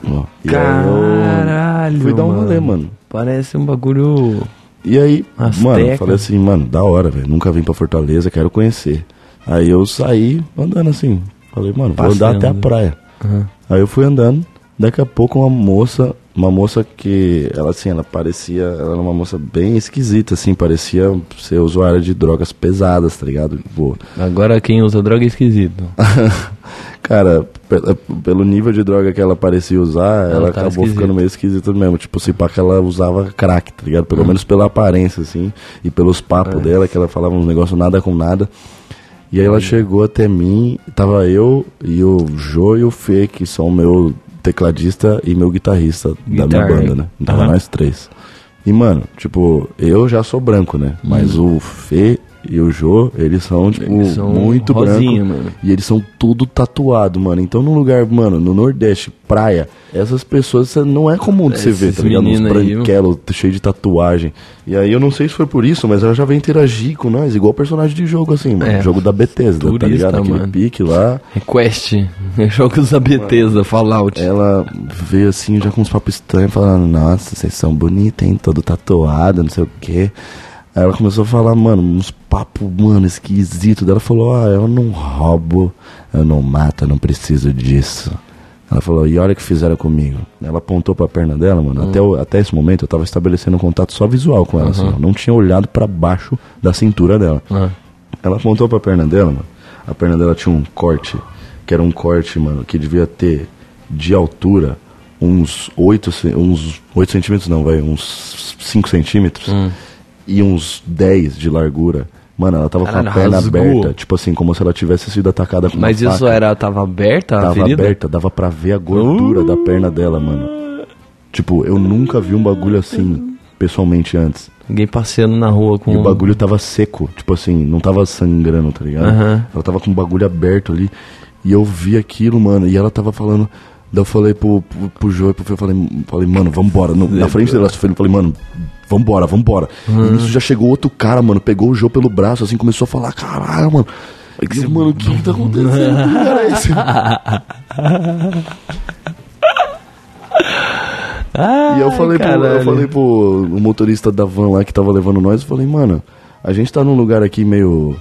A: Ó, e aí
B: Caralho,
A: eu fui dar um rolê, mano.
B: Parece um bagulho...
A: E aí,
B: Azteca.
A: mano, eu falei assim, mano, da hora, velho. Nunca vim pra Fortaleza, quero conhecer. Aí eu saí andando assim. Falei, mano, vou andar
B: Passeando.
A: até a praia.
B: Aham.
A: Aí eu fui andando, daqui a pouco uma moça, uma moça que ela assim, ela parecia, ela era uma moça bem esquisita assim, parecia ser usuária de drogas pesadas, tá ligado? Tipo,
B: Agora quem usa droga é esquisito.
A: *laughs* cara, pe- pelo nível de droga que ela parecia usar, ela,
B: tava
A: acabou
B: esquisita.
A: ficando meio esquisita mesmo, tipo, se pá que ela usava crack, tá ligado?
B: Hum.
A: Pelo menos pela aparência assim, e pelos
B: É.
A: papos dela que ela falava uns negócios nada com nada. E aí ela chegou até mim, tava eu e o Jô e o Fê, que são meu tecladista e meu guitarrista da
B: Guitar.
A: minha banda, né? Tava
B: Aham.
A: nós três. E, mano, tipo, eu já sou branco, né? Mas o Fê e o Jô, eles são, tipo,
B: Hum. Eles são
A: muito
B: rosinha,
A: branco.
B: mano.
A: E eles são tudo tatuado, mano. Então, num lugar, mano, no Nordeste, praia, essas pessoas cê- não é comum de você ver,
B: Esses
A: tá ligado? Uns
B: menino aí, viu?
A: branquelos t- cheio de tatuagem. E aí, eu não sei se foi por isso, mas ela já vem interagir com nós, igual personagem de jogo, assim, mano.
B: É,
A: jogo da Bethesda,
B: turista,
A: tá ligado? Aquele
B: mano.
A: pique lá.
B: Request. *laughs* Jogos da Bethesda, Fallout.
A: Ela veio assim, já com uns papos estranhos, falando, nossa, vocês são bonitos, hein? Todo tatuado, não sei o quê. Aí ela começou a falar, mano, uns papos, mano, esquisito. Daí Ela falou, ah, eu não roubo, eu não mato, eu não preciso disso. Ela falou, e olha o que fizeram comigo. Ela apontou pra perna dela, mano. Até, o- até esse momento eu tava estabelecendo um contato só visual com ela, assim, ó. Não tinha olhado pra baixo da cintura dela.
B: Ah,
A: Ela apontou pra perna dela, mano. A perna dela tinha um corte, que era um corte, mano, que devia ter de altura uns 8, ce- uns 8 centímetros, não, vai, uns 5 centímetros.
B: Hum.
A: E uns 10 de largura. Mano, ela tava com
B: Caralho,
A: a perna
B: rasgou.
A: aberta, tipo assim, como se ela tivesse sido atacada com
B: Mas
A: uma
B: isso
A: faca.
B: era... Tava aberta a
A: Tava
B: ferida?
A: aberta, dava pra ver a gordura da perna dela, mano. Tipo, eu nunca vi um bagulho assim, pessoalmente, antes.
B: Ninguém passeando na rua com...
A: E o bagulho tava seco, tipo assim, não tava sangrando, tá ligado?
B: Aham.
A: Ela tava com o bagulho aberto ali. E eu vi aquilo, mano, e ela tava falando. Daí eu falei pro, pro, pro Joe, pro Fê, eu falei, falei, mano, vambora. No, na frente delas, eu falei, mano, vambora, vambora. E nisso já chegou outro cara, mano, pegou o Jô pelo braço, assim, começou a falar, caralho, mano. Aí eu, mano, o que tá acontecendo?
B: *laughs*
A: Que cara é esse? E eu falei, pro, eu
B: caralho.
A: falei pro o motorista da van lá que tava levando nós, eu falei, mano, a gente tá num lugar aqui meio.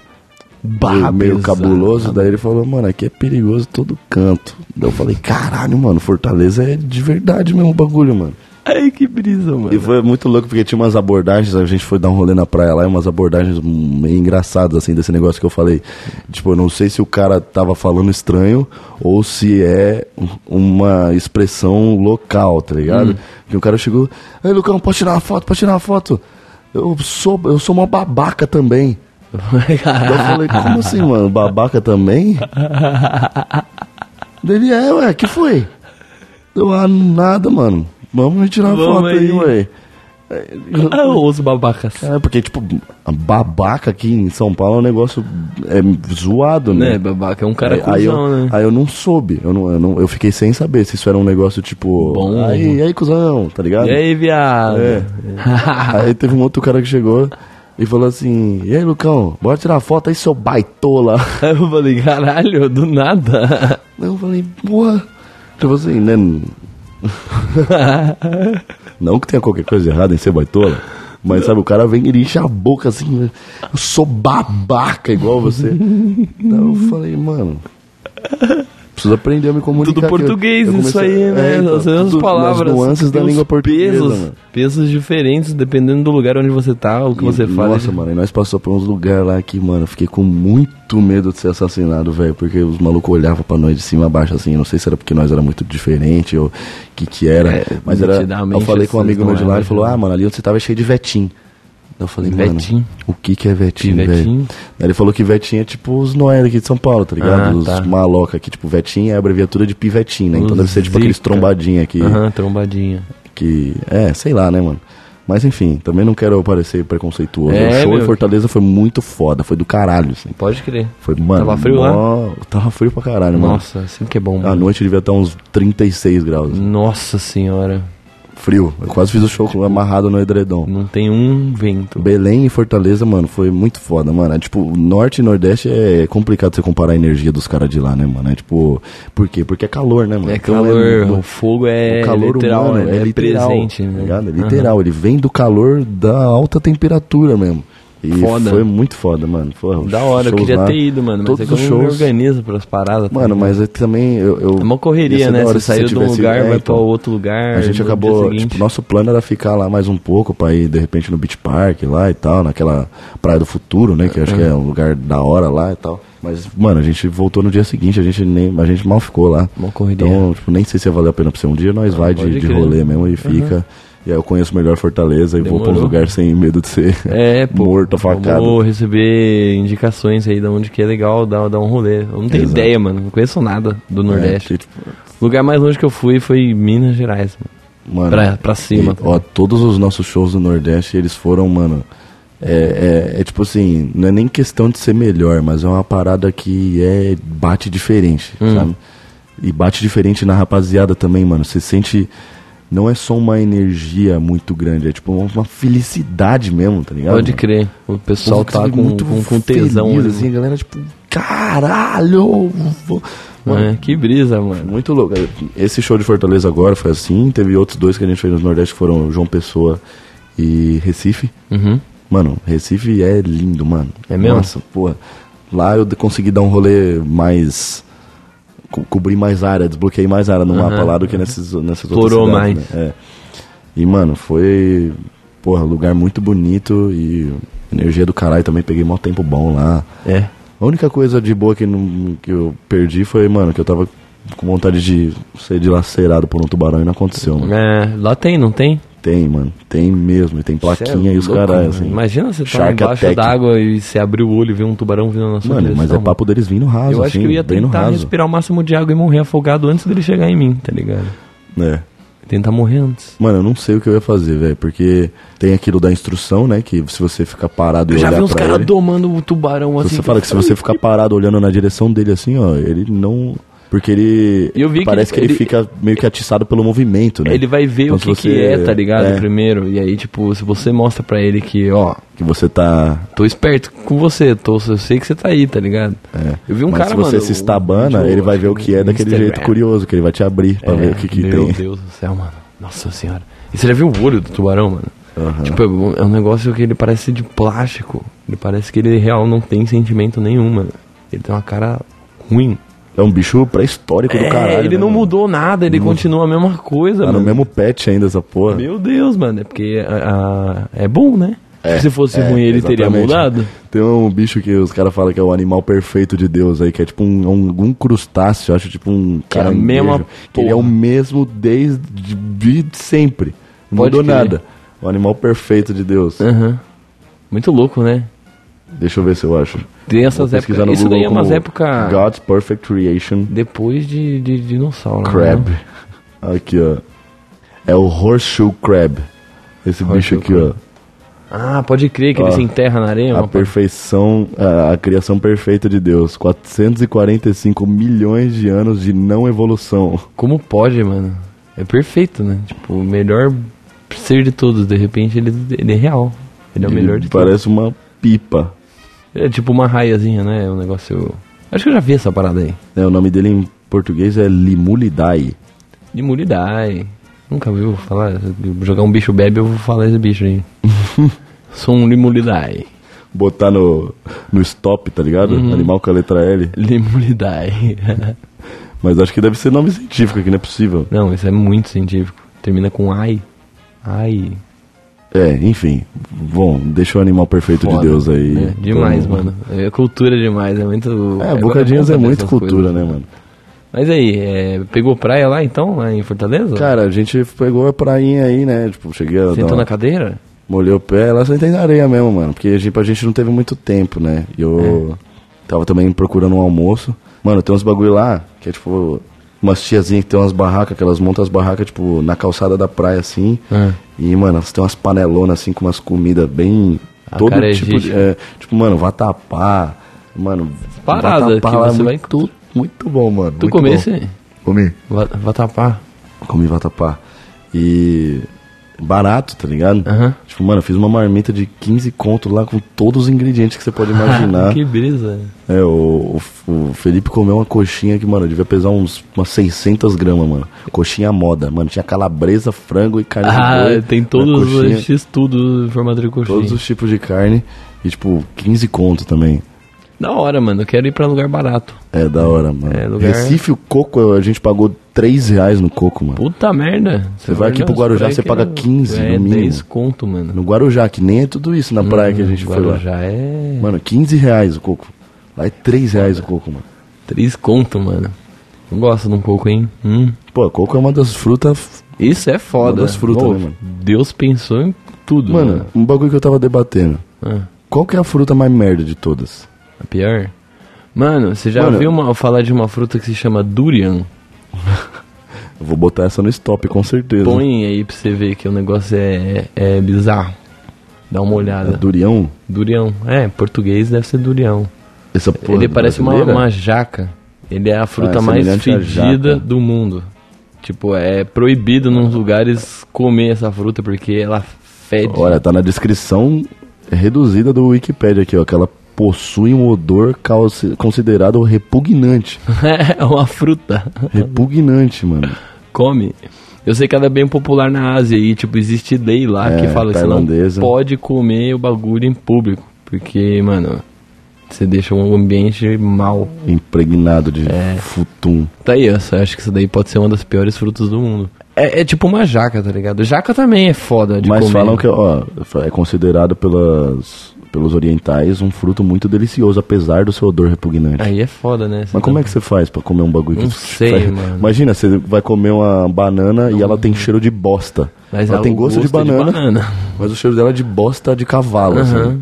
A: meio, meio
B: pesado.
A: cabuloso. Daí ele falou, mano, aqui é perigoso todo canto. Daí eu falei, caralho, mano, Fortaleza é de verdade mesmo o bagulho, mano.
B: Ai, que brisa, mano. *laughs*
A: E foi muito louco porque tinha umas abordagens, a gente foi dar um rolê na praia lá, e umas abordagens meio engraçadas, assim, desse negócio que eu falei. Tipo, eu não sei se o cara tava falando estranho ou se é um- uma expressão local, tá ligado? Que o cara chegou, ei Lucão, pode tirar uma foto, pode tirar uma foto. Eu sou, eu sou uma babaca também. Daí eu falei, como assim, mano? Babaca também? Daí Ele é, ué, que foi? Deu ah, nada, mano. Vamos tirar uma
B: Vamos
A: foto aí,
B: aí.
A: ué.
B: Ah, os babacas.
A: É, porque, tipo, a babaca aqui em São Paulo é um negócio é, zoado,
B: Né,
A: né?
B: babaca, é um cara
A: aí, eu,
B: cuzão, né?
A: aí eu não soube, eu, não, eu, não- eu fiquei sem saber se isso era um negócio tipo.
B: Bom. né?
A: Aí, aí, cuzão, tá ligado?
B: E aí, viado?
A: É. aí teve um outro cara que chegou e falou assim: E aí, Lucão, bora tirar foto aí, seu baitola.
B: Aí *laughs* eu falei, caralho, do nada.
A: Aí eu falei, porra. Tipo assim, né?
B: *laughs*
A: Não que tenha qualquer coisa errada em ser baitola, mas sabe, o cara vem e ele enche a boca assim, né? eu sou babaca igual você. então eu falei, mano. Preciso aprender a me comunicar.
B: Tudo
A: que eu-
B: português,
A: eu
B: isso
A: comecei-
B: aí,
A: é,
B: né?
A: então,
B: as mesmas
A: tudo-
B: palavras.
A: As nuances da
B: tem uns
A: língua portuguesa.
B: Pesos,
A: mano.
B: pesos diferentes, dependendo do lugar onde você tá, o que
A: E,
B: você fala.
A: Nossa, mano, e nós passamos por uns lugares lá que, mano, eu fiquei com muito medo de ser assassinado, velho. Porque os malucos olhavam pra nós de cima a baixo, assim. eu Não sei se era porque nós era muito diferente ou o que que era.
B: É,
A: mas era. Eu
B: nitidamente
A: falei com um
B: vocês
A: amigo
B: não
A: meu de lá,
B: eram,
A: ele falou,
B: né?
A: ah, mano, ali onde você tava é cheio de vetim. Eu falei, mano,
B: Vetim?
A: o que que é vetim,
B: Que
A: velho?
B: vetim?
A: Aí ele falou que vetim é tipo os noé daqui de São Paulo, tá ligado?
B: Ah,
A: os
B: tá.
A: maloca aqui, tipo, vetim é a abreviatura de pivetim, né? Então
B: Os
A: deve ser tipo aqueles
B: zica.
A: trombadinhos aqui
B: Aham, trombadinha.
A: que. É, sei lá, né, mano? Mas enfim, também não quero parecer preconceituoso.
B: É,
A: o show em
B: meu.
A: Fortaleza foi muito foda, foi do caralho, assim.
B: Pode crer.
A: Foi, mano.
B: Tava frio lá?
A: lá? Tava frio pra caralho,
B: Nossa, assim que é bom,
A: mano. À
B: mano. Hum.
A: noite devia estar uns 36 graus.
B: Nossa senhora.
A: Frio. Eu quase fiz o show com- amarrado no edredom.
B: Não tem um vento.
A: Belém e Fortaleza, mano, foi muito foda, mano. É, tipo, norte e nordeste é complicado você comparar a energia dos caras de lá, né, mano? É tipo, por quê? Porque é calor, né, mano?
B: É
A: Então
B: calor,
A: no-
B: o fogo é
A: o calor
B: literal,
A: humano
B: né?
A: é, literal,
B: presente.
A: tá
B: né?
A: ligado? É literal, ele vem do calor da alta temperatura mesmo. E
B: Foda.
A: foi muito foda, mano. Foi
B: Aham. Da hora, eu
A: shows
B: queria
A: lá.
B: ter ido, mano. Mas
A: Todos
B: é que eu
A: os
B: não me
A: shows.
B: organizo pras paradas. tá
A: Mano,
B: ligado?
A: mas eu também. Eu, eu-
B: É uma
A: ia
B: correria,
A: ser da
B: né?
A: hora
B: Você
A: se você
B: saiu de um
A: tivesse-
B: lugar,
A: é,
B: vai pra
A: então.
B: outro lugar.
A: A gente
B: no dia
A: acabou,
B: seguinte.
A: tipo, nosso plano era ficar lá mais um pouco pra ir de repente no Beach Park lá e tal, naquela Praia do Futuro, né, que eu acho que é um lugar da hora lá e tal. Mas, mano, a gente voltou no dia seguinte, a gente nem, a gente mal ficou lá.
B: Uma correria.
A: Então, tipo, nem sei se ia valer a pena pra ser um dia, nós vai de,
B: pode
A: de
B: crer.
A: rolê mesmo e fica. E aí eu conheço melhor Fortaleza e vou pra um
B: Demorou.
A: lugar sem medo de ser
B: É, pô.
A: morto, facado.
B: Vou receber indicações aí de onde que é legal dar, dar um rolê. Eu não tenho
A: Exato.
B: ideia, mano. Não conheço nada do Nordeste.
A: É, tipo,
B: O lugar mais longe que eu fui foi Minas Gerais, mano.
A: mano,
B: Pra, pra cima.
A: E, ó, todos os nossos shows do Nordeste, eles foram, mano. É, é- é tipo assim, não é nem questão de ser melhor, mas é uma parada que é bate diferente,
B: Hum.
A: sabe? E bate diferente na rapaziada também, mano. Você sente. Não é só uma energia muito grande, é tipo uma felicidade mesmo, tá ligado?
B: Pode
A: mano?
B: crer. O pessoal
A: povo que
B: tá
A: você vê
B: com, com, com tesão. né?
A: feliz,
B: ali,
A: assim, a galera tipo, caralho! vou-
B: mano.
A: Mano,
B: É, que brisa, mano.
A: muito louco. Esse show de Fortaleza agora foi assim. Teve outros dois que a gente fez no Nordeste, que foram João Pessoa e Recife.
B: Uhum.
A: Mano, Recife é lindo, mano.
B: É mesmo?
A: Nossa, porra. Lá eu consegui dar um rolê mais. co- cobrir mais área, desbloqueei mais área no
B: Aham.
A: mapa lá do que nesses, nessas
B: Explorou
A: outras cidades,
B: mais.
A: né? É. E, mano, foi. Porra, lugar muito bonito e energia do caralho também. Peguei mó tempo bom lá.
B: É.
A: A única coisa de boa que, não- que eu perdi foi, mano, que eu tava com vontade de ser dilacerado por um tubarão e não aconteceu, mano.
B: É, Lá tem, não tem?
A: Tem, mano. Tem mesmo. E tem plaquinha e os
B: é Louco,
A: caras,
B: mano.
A: assim.
B: Imagina você tá
A: Shark
B: embaixo
A: attack.
B: d'água e você abrir o olho e ver um tubarão vindo na sua
A: Mano,
B: direção.
A: mas é papo deles vindo raso,
B: Eu acho
A: assim,
B: que eu ia
A: bem no
B: tentar
A: raso.
B: respirar o máximo de água e morrer afogado antes dele chegar em mim, tá ligado?
A: É.
B: Tentar morrer antes.
A: Mano, eu não sei o que eu ia fazer, velho, porque tem aquilo da instrução, né, que se você ficar parado e
B: Eu já vi
A: olhar
B: uns
A: pra
B: caras
A: ele...
B: domando o tubarão
A: Se
B: assim.
A: Você fala que se você ficar parado olhando na direção dele assim, ó, ele não... Porque ele.
B: E eu vi que
A: parece que
B: ele-
A: ele,
B: ele-
A: fica meio que atiçado pelo movimento, né?
B: Ele vai ver
A: Então,
B: o
A: se
B: que, que
A: você-
B: é, tá ligado?
A: é.
B: Primeiro. E aí, tipo, se você mostra pra ele que, ó,
A: Que você tá.
B: tô esperto com você, tô, eu sei que você tá aí, tá ligado? Eu vi um
A: É. Mas
B: cara,
A: se você
B: mano,
A: se
B: um
A: estabana,
B: vídeo,
A: ele vai
B: acho
A: ver o que é
B: no
A: daquele
B: Instagram.
A: jeito curioso, que ele vai te abrir pra
B: É,
A: ver o que, que
B: meu
A: tem.
B: Deus do céu, mano. Nossa senhora. E você já viu o olho do tubarão, mano?
A: Aham.
B: Tipo, é um- é um negócio que ele parece de plástico. Ele parece que ele real não tem sentimento nenhum, mano. Ele tem uma cara ruim.
A: É um bicho pré-histórico do
B: É,
A: caralho.
B: ele
A: né,
B: não
A: mano?
B: mudou nada, ele continua a mesma coisa,
A: Tá no
B: mano.
A: mesmo pet ainda essa porra.
B: Meu Deus, mano, é porque a- a- é bom, né?
A: É,
B: Se fosse
A: é,
B: ruim, ele teria
A: exatamente.
B: mudado.
A: Tem um bicho que os caras falam que é o animal perfeito de Deus aí, que é tipo um, um, um crustáceo, eu acho tipo um
B: Que é a
A: caranguejo.
B: mesma
A: que ele é o
B: porra.
A: mesmo desde de sempre. Não
B: Pode
A: mudou
B: crer. É.
A: nada. O animal perfeito de Deus.
B: Aham. Muito louco, né?
A: Deixa eu ver se eu acho.
B: Tem
A: Vou
B: essas
A: pesquisar
B: épocas.
A: no
B: Isso daí é
A: Google
B: umas
A: como
B: épocas
A: God's Perfect Creation
B: depois de, de dinossauro. né?
A: Crab. Uhum. Aqui, ó. É o Horseshoe Crab. Esse bicho
B: Horseshoe
A: aqui,
B: crab.
A: ó.
B: Ah, pode crer que
A: Ó,
B: ele se enterra na areia.
A: A
B: mano.
A: perfeição, a, a criação perfeita de Deus. 445 milhões de anos de não evolução.
B: Como pode, mano? É perfeito, né? Tipo, o melhor ser de todos. De repente ele, ele é real. Ele é o melhor de todos.
A: Parece uma pipa.
B: É tipo uma raiazinha, né? Um negócio. Acho que eu já vi essa parada aí.
A: É, o nome dele em português é Limulidae.
B: De Muridai. Nunca ouviu falar? Jogar um bicho bebe, eu vou falar esse bicho *laughs* aí. Sou um Limulidai.
A: Botar no, no stop, tá ligado?
B: Uhum.
A: Animal com a letra L.
B: Limulidai. *laughs*
A: Mas acho que deve ser nome científico aqui, não é possível.
B: Não, isso é muito científico. Termina com ai. Ai.
A: É, enfim. Bom, deixa o animal perfeito
B: Foda,
A: de Deus aí.
B: né? Demais,
A: Então-
B: mano. É cultura demais, é muito.
A: É,
B: bom
A: Bocadinhas é
B: saber
A: muito
B: essas
A: cultura,
B: coisas.
A: né, mano?
B: Mas aí, é, pegou praia lá então, lá em Fortaleza?
A: Cara, a gente pegou a prainha aí, né? Tipo, cheguei a dar
B: Sentou
A: uma-
B: na cadeira?
A: Molhei o pé, ela sentei na areia mesmo, mano. Porque a gente, a gente não teve muito tempo, né? E eu
B: É.
A: tava também procurando um almoço. Mano, tem uns bagulho lá, que é tipo. Umas tiazinhas que tem umas barracas, que elas montam as barracas, tipo, na calçada da praia, assim.
B: É.
A: E, mano, elas têm umas panelonas, assim, com umas comidas bem...
B: A
A: todo
B: cara é
A: tipo de...
B: egípcia.
A: é, tipo, mano, vatapá. Mano,
B: Parada
A: vatapá
B: que
A: lá é
B: você vai-
A: muito, muito bom, mano.
B: Tu
A: muito
B: comeu
A: bom.
B: esse?
A: Comi.
B: Va- Vatapá.
A: Comi vatapá. E barato, tá ligado?
B: Aham.
A: Tipo, mano, eu fiz uma marmita de 15 conto lá com todos os ingredientes que você
B: *laughs*
A: pode imaginar.
B: que brisa.
A: É, o, o- o Felipe comeu uma coxinha que, mano, devia pesar uns, umas 600 gramas, mano. Coxinha à moda, mano. Tinha calabresa, frango e carne de
B: Ah,
A: boi
B: tem
A: na
B: todos
A: coxinha,
B: os X-tudo em formato de coxinha.
A: Todos os tipos de carne e, tipo, 15 conto também.
B: Da hora, mano. Eu quero ir pra lugar barato.
A: É da hora, mano.
B: É, lugar-
A: Recife, o coco, a gente pagou 3 reais no coco, mano.
B: Puta merda.
A: Você vai aqui pro Guarujá, você paga 15
B: é,
A: no mínimo.
B: 10 conto, mano.
A: No Guarujá, que nem é tudo isso na praia que a gente foi lá.
B: Hum, Guarujá é...
A: Mano, 15 reais o coco. Lá é 3 reais o coco, mano.
B: 3 conto, mano. Não gosto de um pouco, hein? Hum.
A: Pô, coco é uma das frutas.
B: Isso é foda.
A: Uma das frutas,
B: Pô,
A: né, mano?
B: Deus pensou em tudo,
A: Mano,
B: mano.
A: um bagulho que eu tava debatendo.
B: Ah.
A: Qual que é a fruta mais merda de todas?
B: A pior? Mano, você já
A: Mano,
B: ouviu uma- falar de uma fruta que se chama durian?
A: Eu vou botar essa no stop, com certeza.
B: Põe aí pra você ver que o negócio é, é bizarro. Dá uma
A: É
B: olhada.
A: durião?
B: Durião. É, português deve ser durião.
A: Essa porra
B: Ele parece uma,
A: brasileira?
B: uma jaca. Ele é a
A: Ah,
B: fruta
A: é
B: mais
A: semelhante à
B: fedida
A: jaca.
B: do mundo. Tipo, é proibido nos lugares comer essa fruta porque ela fede.
A: Olha, tá na descrição reduzida do Wikipedia aqui, ó. Que ela possui um odor causi- considerado *laughs* repugnante.
B: *laughs* é uma fruta.
A: Repugnante, mano.
B: Come. Eu sei que ela é bem popular na Ásia e, tipo, existe lei lá
A: É,
B: que fala que você não
A: tailandesa.
B: pode comer o bagulho em público. Porque, mano, você deixa o ambiente mal.
A: Impregnado de futum.
B: Tá aí, eu só acho que isso daí pode ser uma das piores frutas do mundo. É, é tipo uma jaca, tá ligado? Jaca também é foda de
A: Mas
B: comer.
A: falam que, ó, é considerado pelas, pelos orientais um fruto muito delicioso, apesar do seu odor repugnante.
B: Aí é foda, né?
A: Mas como é que você faz pra comer um bagulho
B: Não
A: que
B: sei,
A: faz-
B: mano. Uhum.
A: Imagina, você vai comer uma banana e ela tem cheiro de bosta.
B: Mas
A: ela
B: é
A: tem
B: o
A: gosto, de, banana,
B: banana.
A: mas o cheiro dela é de bosta de cavalo, assim.
B: Aham.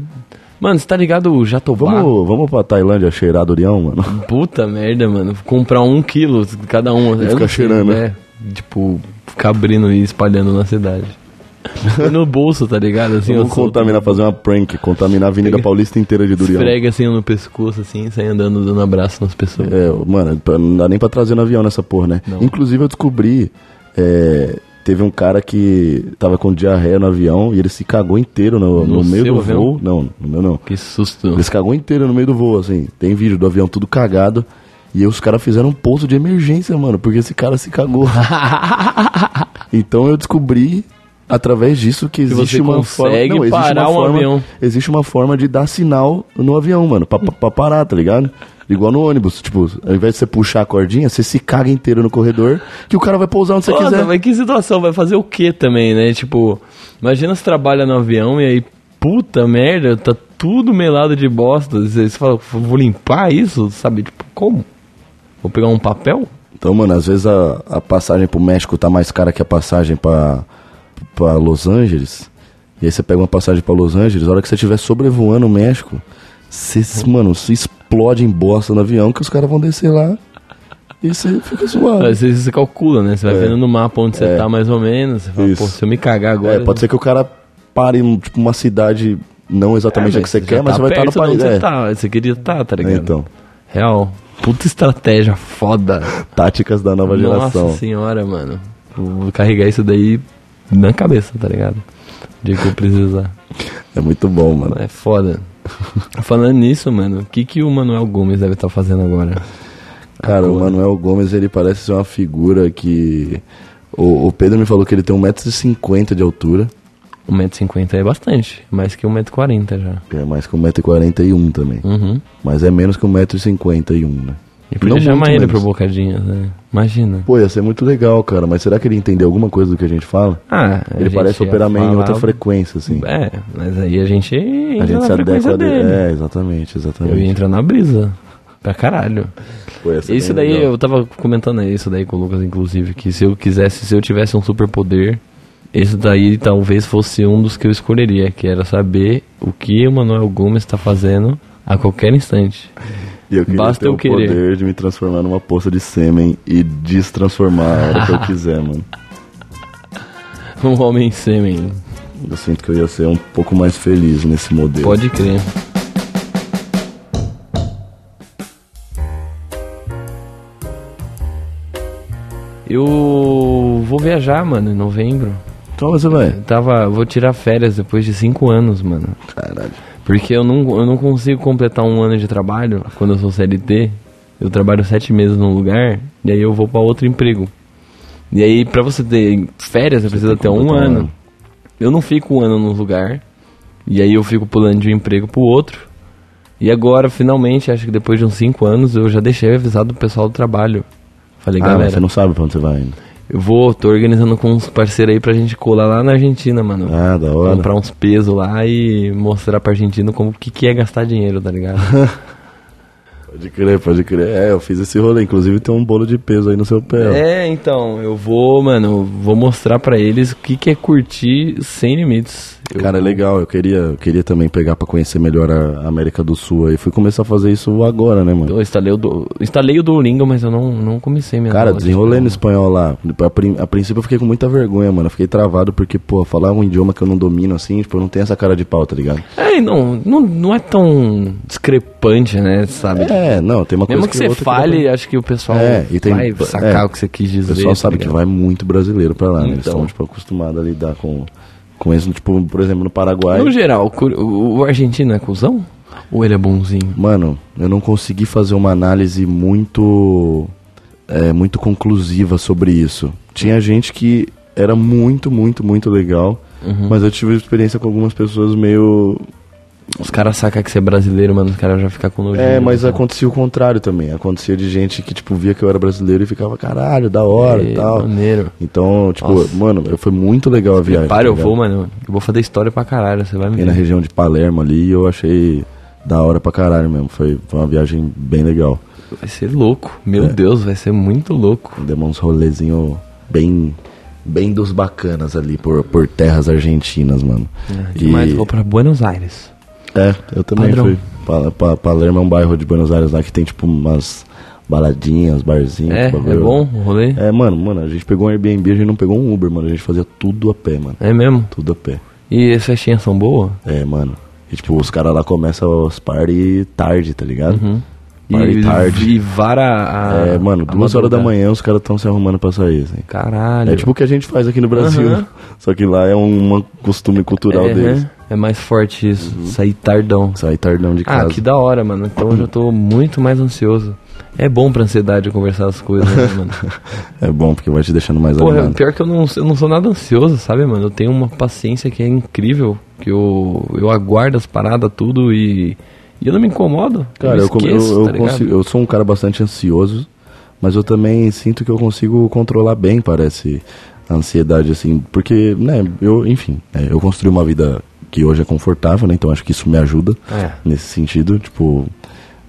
B: Mano, você tá ligado o jatobá?
A: Vamos, vamos pra Tailândia cheirar durião, mano?
B: Puta merda, mano. Comprar um quilo cada um. Eu
A: ficar
B: não sei,
A: cheirando,
B: É. Tipo, ficar abrindo e espalhando na cidade. Põe no bolso, tá ligado? Assim,
A: Vamos
B: eu solto-
A: contaminar, fazer uma prank, contaminar a
B: *laughs*
A: Avenida Paulista inteira de Durian.
B: Esfrega assim no pescoço, assim, sai andando dando abraço nas pessoas.
A: É, mano, pra- não dá nem pra trazer no avião nessa porra, né?
B: Não.
A: Inclusive eu descobri. é, teve um cara que tava com diarreia no avião e ele se cagou inteiro no, no
B: No
A: meio
B: seu
A: do
B: avião?
A: voo. Não, no meu não.
B: Que susto.
A: Ele se cagou inteiro no meio do voo, assim. Tem vídeo do avião tudo cagado. E aí os caras fizeram um ponto de emergência, mano, porque esse cara se
B: *laughs*
A: cagou. então eu descobri, através disso, que existe
B: você
A: uma
B: consegue
A: forma. existe
B: parar um
A: uma forma,
B: avião.
A: Existe uma forma de dar sinal no avião, mano, pra, pra- pra parar, tá ligado? Igual no ônibus, tipo, ao invés de você puxar a cordinha, você se caga inteiro no corredor, que o cara vai pousar onde você
B: Nossa,
A: quiser.
B: mas que situação, vai fazer o que também, né? Tipo, imagina você trabalha no avião e aí, puta merda, tá tudo melado de bosta. Você você fala, vou limpar isso, sabe? Tipo, como? Vou pegar um papel?
A: Então, mano, às vezes a, a passagem pro México tá mais cara que a passagem pra, pra Los Angeles. E aí você pega uma passagem pra Los Angeles, a hora que você estiver sobrevoando o México, você, mano, se explode em bosta no avião que os caras vão descer lá e você fica
B: Aí
A: suave.
B: Você, você calcula, né? Você vai vendo no mapa onde você tá mais ou menos. Você fala,
A: É. Isso.
B: pô, se eu me cagar agora.
A: É, pode ser que o cara pare em tipo, uma cidade, não exatamente a que você
B: já
A: quer, mas
B: tá
A: você vai estar no
B: perto de onde
A: país.
B: Você,
A: É.
B: tá, você queria estar, tá, ligado?
A: Então,
B: Real. Puta estratégia foda.
A: táticas da nova geração.
B: Nossa senhora, mano. Vou carregar isso daí na cabeça, tá ligado? O dia que eu precisar.
A: É muito bom, mano.
B: É
A: *laughs*
B: foda. Falando nisso, mano, o que, que o Manuel Gomes deve estar fazendo agora?
A: Cara, o Manuel Gomes, ele parece ser uma figura que. O, o Pedro me falou que ele tem 1,50m de altura,
B: 1,50m é bastante. Mais que 1,40m já.
A: que é mais que 1,41m também.
B: Uhum.
A: Mas é menos que 1,51m, né?
B: E podia
A: Não
B: chamar
A: muito
B: ele
A: menos.
B: pro Bocadinhas, né? Imagina.
A: Pô, ia ser muito legal, cara, mas será que ele entendeu alguma coisa do que a gente fala?
B: Ah, a
A: Ele
B: gente
A: parece
B: ia
A: operar meio em
B: falar-
A: outra frequência, assim.
B: É, mas aí a gente entra
A: a gente
B: na
A: se adequa
B: frequência
A: dele.
B: dele.
A: É, exatamente,
B: Eu ia
A: exatamente.
B: entrar na brisa. Pra caralho.
A: Pô, ia ser
B: Isso
A: bem
B: daí,
A: é legal.
B: eu tava comentando isso daí com o Lucas, inclusive, que se eu quisesse, se eu tivesse um superpoder, esse daí talvez fosse um dos que eu escolheria, que era saber o que o Manuel Gomes tá fazendo a qualquer instante. *laughs*
A: E eu queria
B: basta
A: ter
B: eu
A: o
B: querer.
A: poder de me transformar numa poça de sêmen e destransformar a hora que
B: *laughs*
A: eu quiser, mano.
B: Um homem sêmen.
A: Eu sinto que eu ia ser um pouco mais feliz nesse modelo.
B: Pode crer. Eu vou viajar, mano, em novembro.
A: Então você vai.
B: Eu tava, vou tirar férias depois de cinco anos, mano.
A: Caralho.
B: Porque eu não, eu não consigo completar um ano de trabalho quando eu sou CLT. Eu trabalho sete meses num lugar e aí eu vou pra outro emprego. E aí, pra você ter férias, você precisa ter um
A: completar um
B: ano.
A: ano.
B: Eu não fico um ano num lugar e aí eu fico pulando de um emprego pro outro. E agora, finalmente, acho que depois de uns cinco anos, eu já deixei avisado o pessoal do trabalho. Falei,
A: Ah, mas
B: galera,
A: você não sabe pra onde você vai ainda.
B: eu vou, tô organizando com uns parceiros aí pra gente colar lá na Argentina, mano
A: Ah, da hora.
B: comprar uns pesos lá e mostrar pra Argentina como que, que é gastar dinheiro,
A: *laughs*
B: tá ligado?
A: Pode crer, pode crer. É, eu fiz esse rolê. Inclusive tem um bolo de peso aí no seu pé. ó.
B: é, então, eu vou, mano, vou mostrar pra eles o que, que é curtir sem limites. Eu-
A: Cara, é legal. Eu queria, eu queria também pegar pra conhecer melhor a América do Sul. Aí fui começar a fazer isso agora, né, mano?
B: eu instalei o, do, instalei o Duolingo, mas eu não, não comecei minha
A: Cara,
B: aula de
A: desenrolei no
B: idioma.
A: espanhol lá. A, prin- a princípio eu fiquei com muita vergonha, mano. Eu fiquei travado porque, pô, falar um idioma que eu não domino assim, tipo, eu não tenho essa cara de pau, tá ligado?
B: É, e não, não, não é tão discrepante, né, sabe?
A: É, não, tem uma coisa
B: Mesmo que,
A: a
B: você
A: outra
B: fale,
A: que dá
B: acho que o pessoal
A: É, e tem-
B: vai sacar
A: é.
B: o que você quis
A: pra-
B: dizer.
A: O pessoal
B: tá
A: sabe que
B: ligado?
A: vai muito brasileiro pra lá, né? Eles
B: Então.
A: estão, tipo, acostumados a lidar com, com isso. Tipo, por exemplo, no Paraguai.
B: No geral, cur- o, o argentino é cuzão? Ou ele é bonzinho?
A: Mano, eu não consegui fazer uma análise muito é, muito conclusiva sobre isso. Tinha gente que era muito, muito, muito legal,
B: Uhum.
A: mas eu tive experiência com algumas pessoas meio. é,
B: Os caras sacam que você é brasileiro, mano, os caras já ficam com nojo.
A: É, mas acontecia o contrário também. Acontecia de gente que, tipo, via que eu era brasileiro e ficava, caralho, da hora e tal.
B: É, Maneiro.
A: Então, tipo,
B: Nossa.
A: mano, eu- foi muito legal a viagem.
B: Para, eu
A: tá ligado? né?
B: vou, mano. Eu vou fazer história pra caralho, você vai me
A: Fiquei na
B: ver.
A: região de Palermo ali e eu achei da hora pra caralho mesmo. Foi, foi uma viagem bem legal.
B: Vai ser louco.
A: É.
B: Meu Deus, vai ser muito louco.
A: Demos uns rolezinho bem bem dos bacanas ali por, por terras argentinas, mano.
B: É, demais, vou pra Buenos Aires.
A: É, eu também
B: Padrão.
A: fui. Pa- Pa- Palermo é um bairro de Buenos Aires lá que tem tipo umas baladinhas, barzinhos.
B: É, é
A: bagulho.
B: bom o rolê?
A: É, mano, mano, a gente pegou um Airbnb, a gente não pegou um Uber, mano. A gente fazia tudo a pé, mano.
B: É, mesmo?
A: Tudo a pé.
B: E as festinhas são boas?
A: É, mano. E, tipo, os caras lá começam os party tarde, tá ligado?
B: Uhum.
A: Party
B: e,
A: tarde.
B: e vara a.
A: é, mano,
B: Ah, a
A: duas horas da
B: madrugada.
A: manhã os caras estão se arrumando pra sair, assim.
B: Caralho.
A: É tipo o que a gente faz aqui no Brasil.
B: Aham.
A: Só que lá é um um costume cultural
B: é,
A: deles. Uhum.
B: né? É mais forte isso. Sair tardão.
A: Sair tardão de
B: Ah,
A: casa.
B: que da hora, mano. Então eu já tô muito mais ansioso. É bom pra ansiedade conversar as coisas, né,
A: *laughs*
B: mano?
A: É bom, porque vai te deixando mais
B: Porra,
A: animado.
B: pior que eu não, eu não sou nada ansioso, sabe, mano? Eu tenho uma paciência que é incrível, que eu, eu aguardo as paradas, tudo e, e eu não me incomodo.
A: Cara, eu, come- eu-
B: esqueço,
A: eu
B: tá ligado?
A: consigo- eu sou um cara bastante ansioso, mas eu também sinto que eu consigo controlar bem, parece, a ansiedade, assim. Porque, né, eu, enfim, é, eu construí uma vida que hoje é confortável, né? Então acho que isso me ajuda
B: É.
A: nesse sentido. Tipo,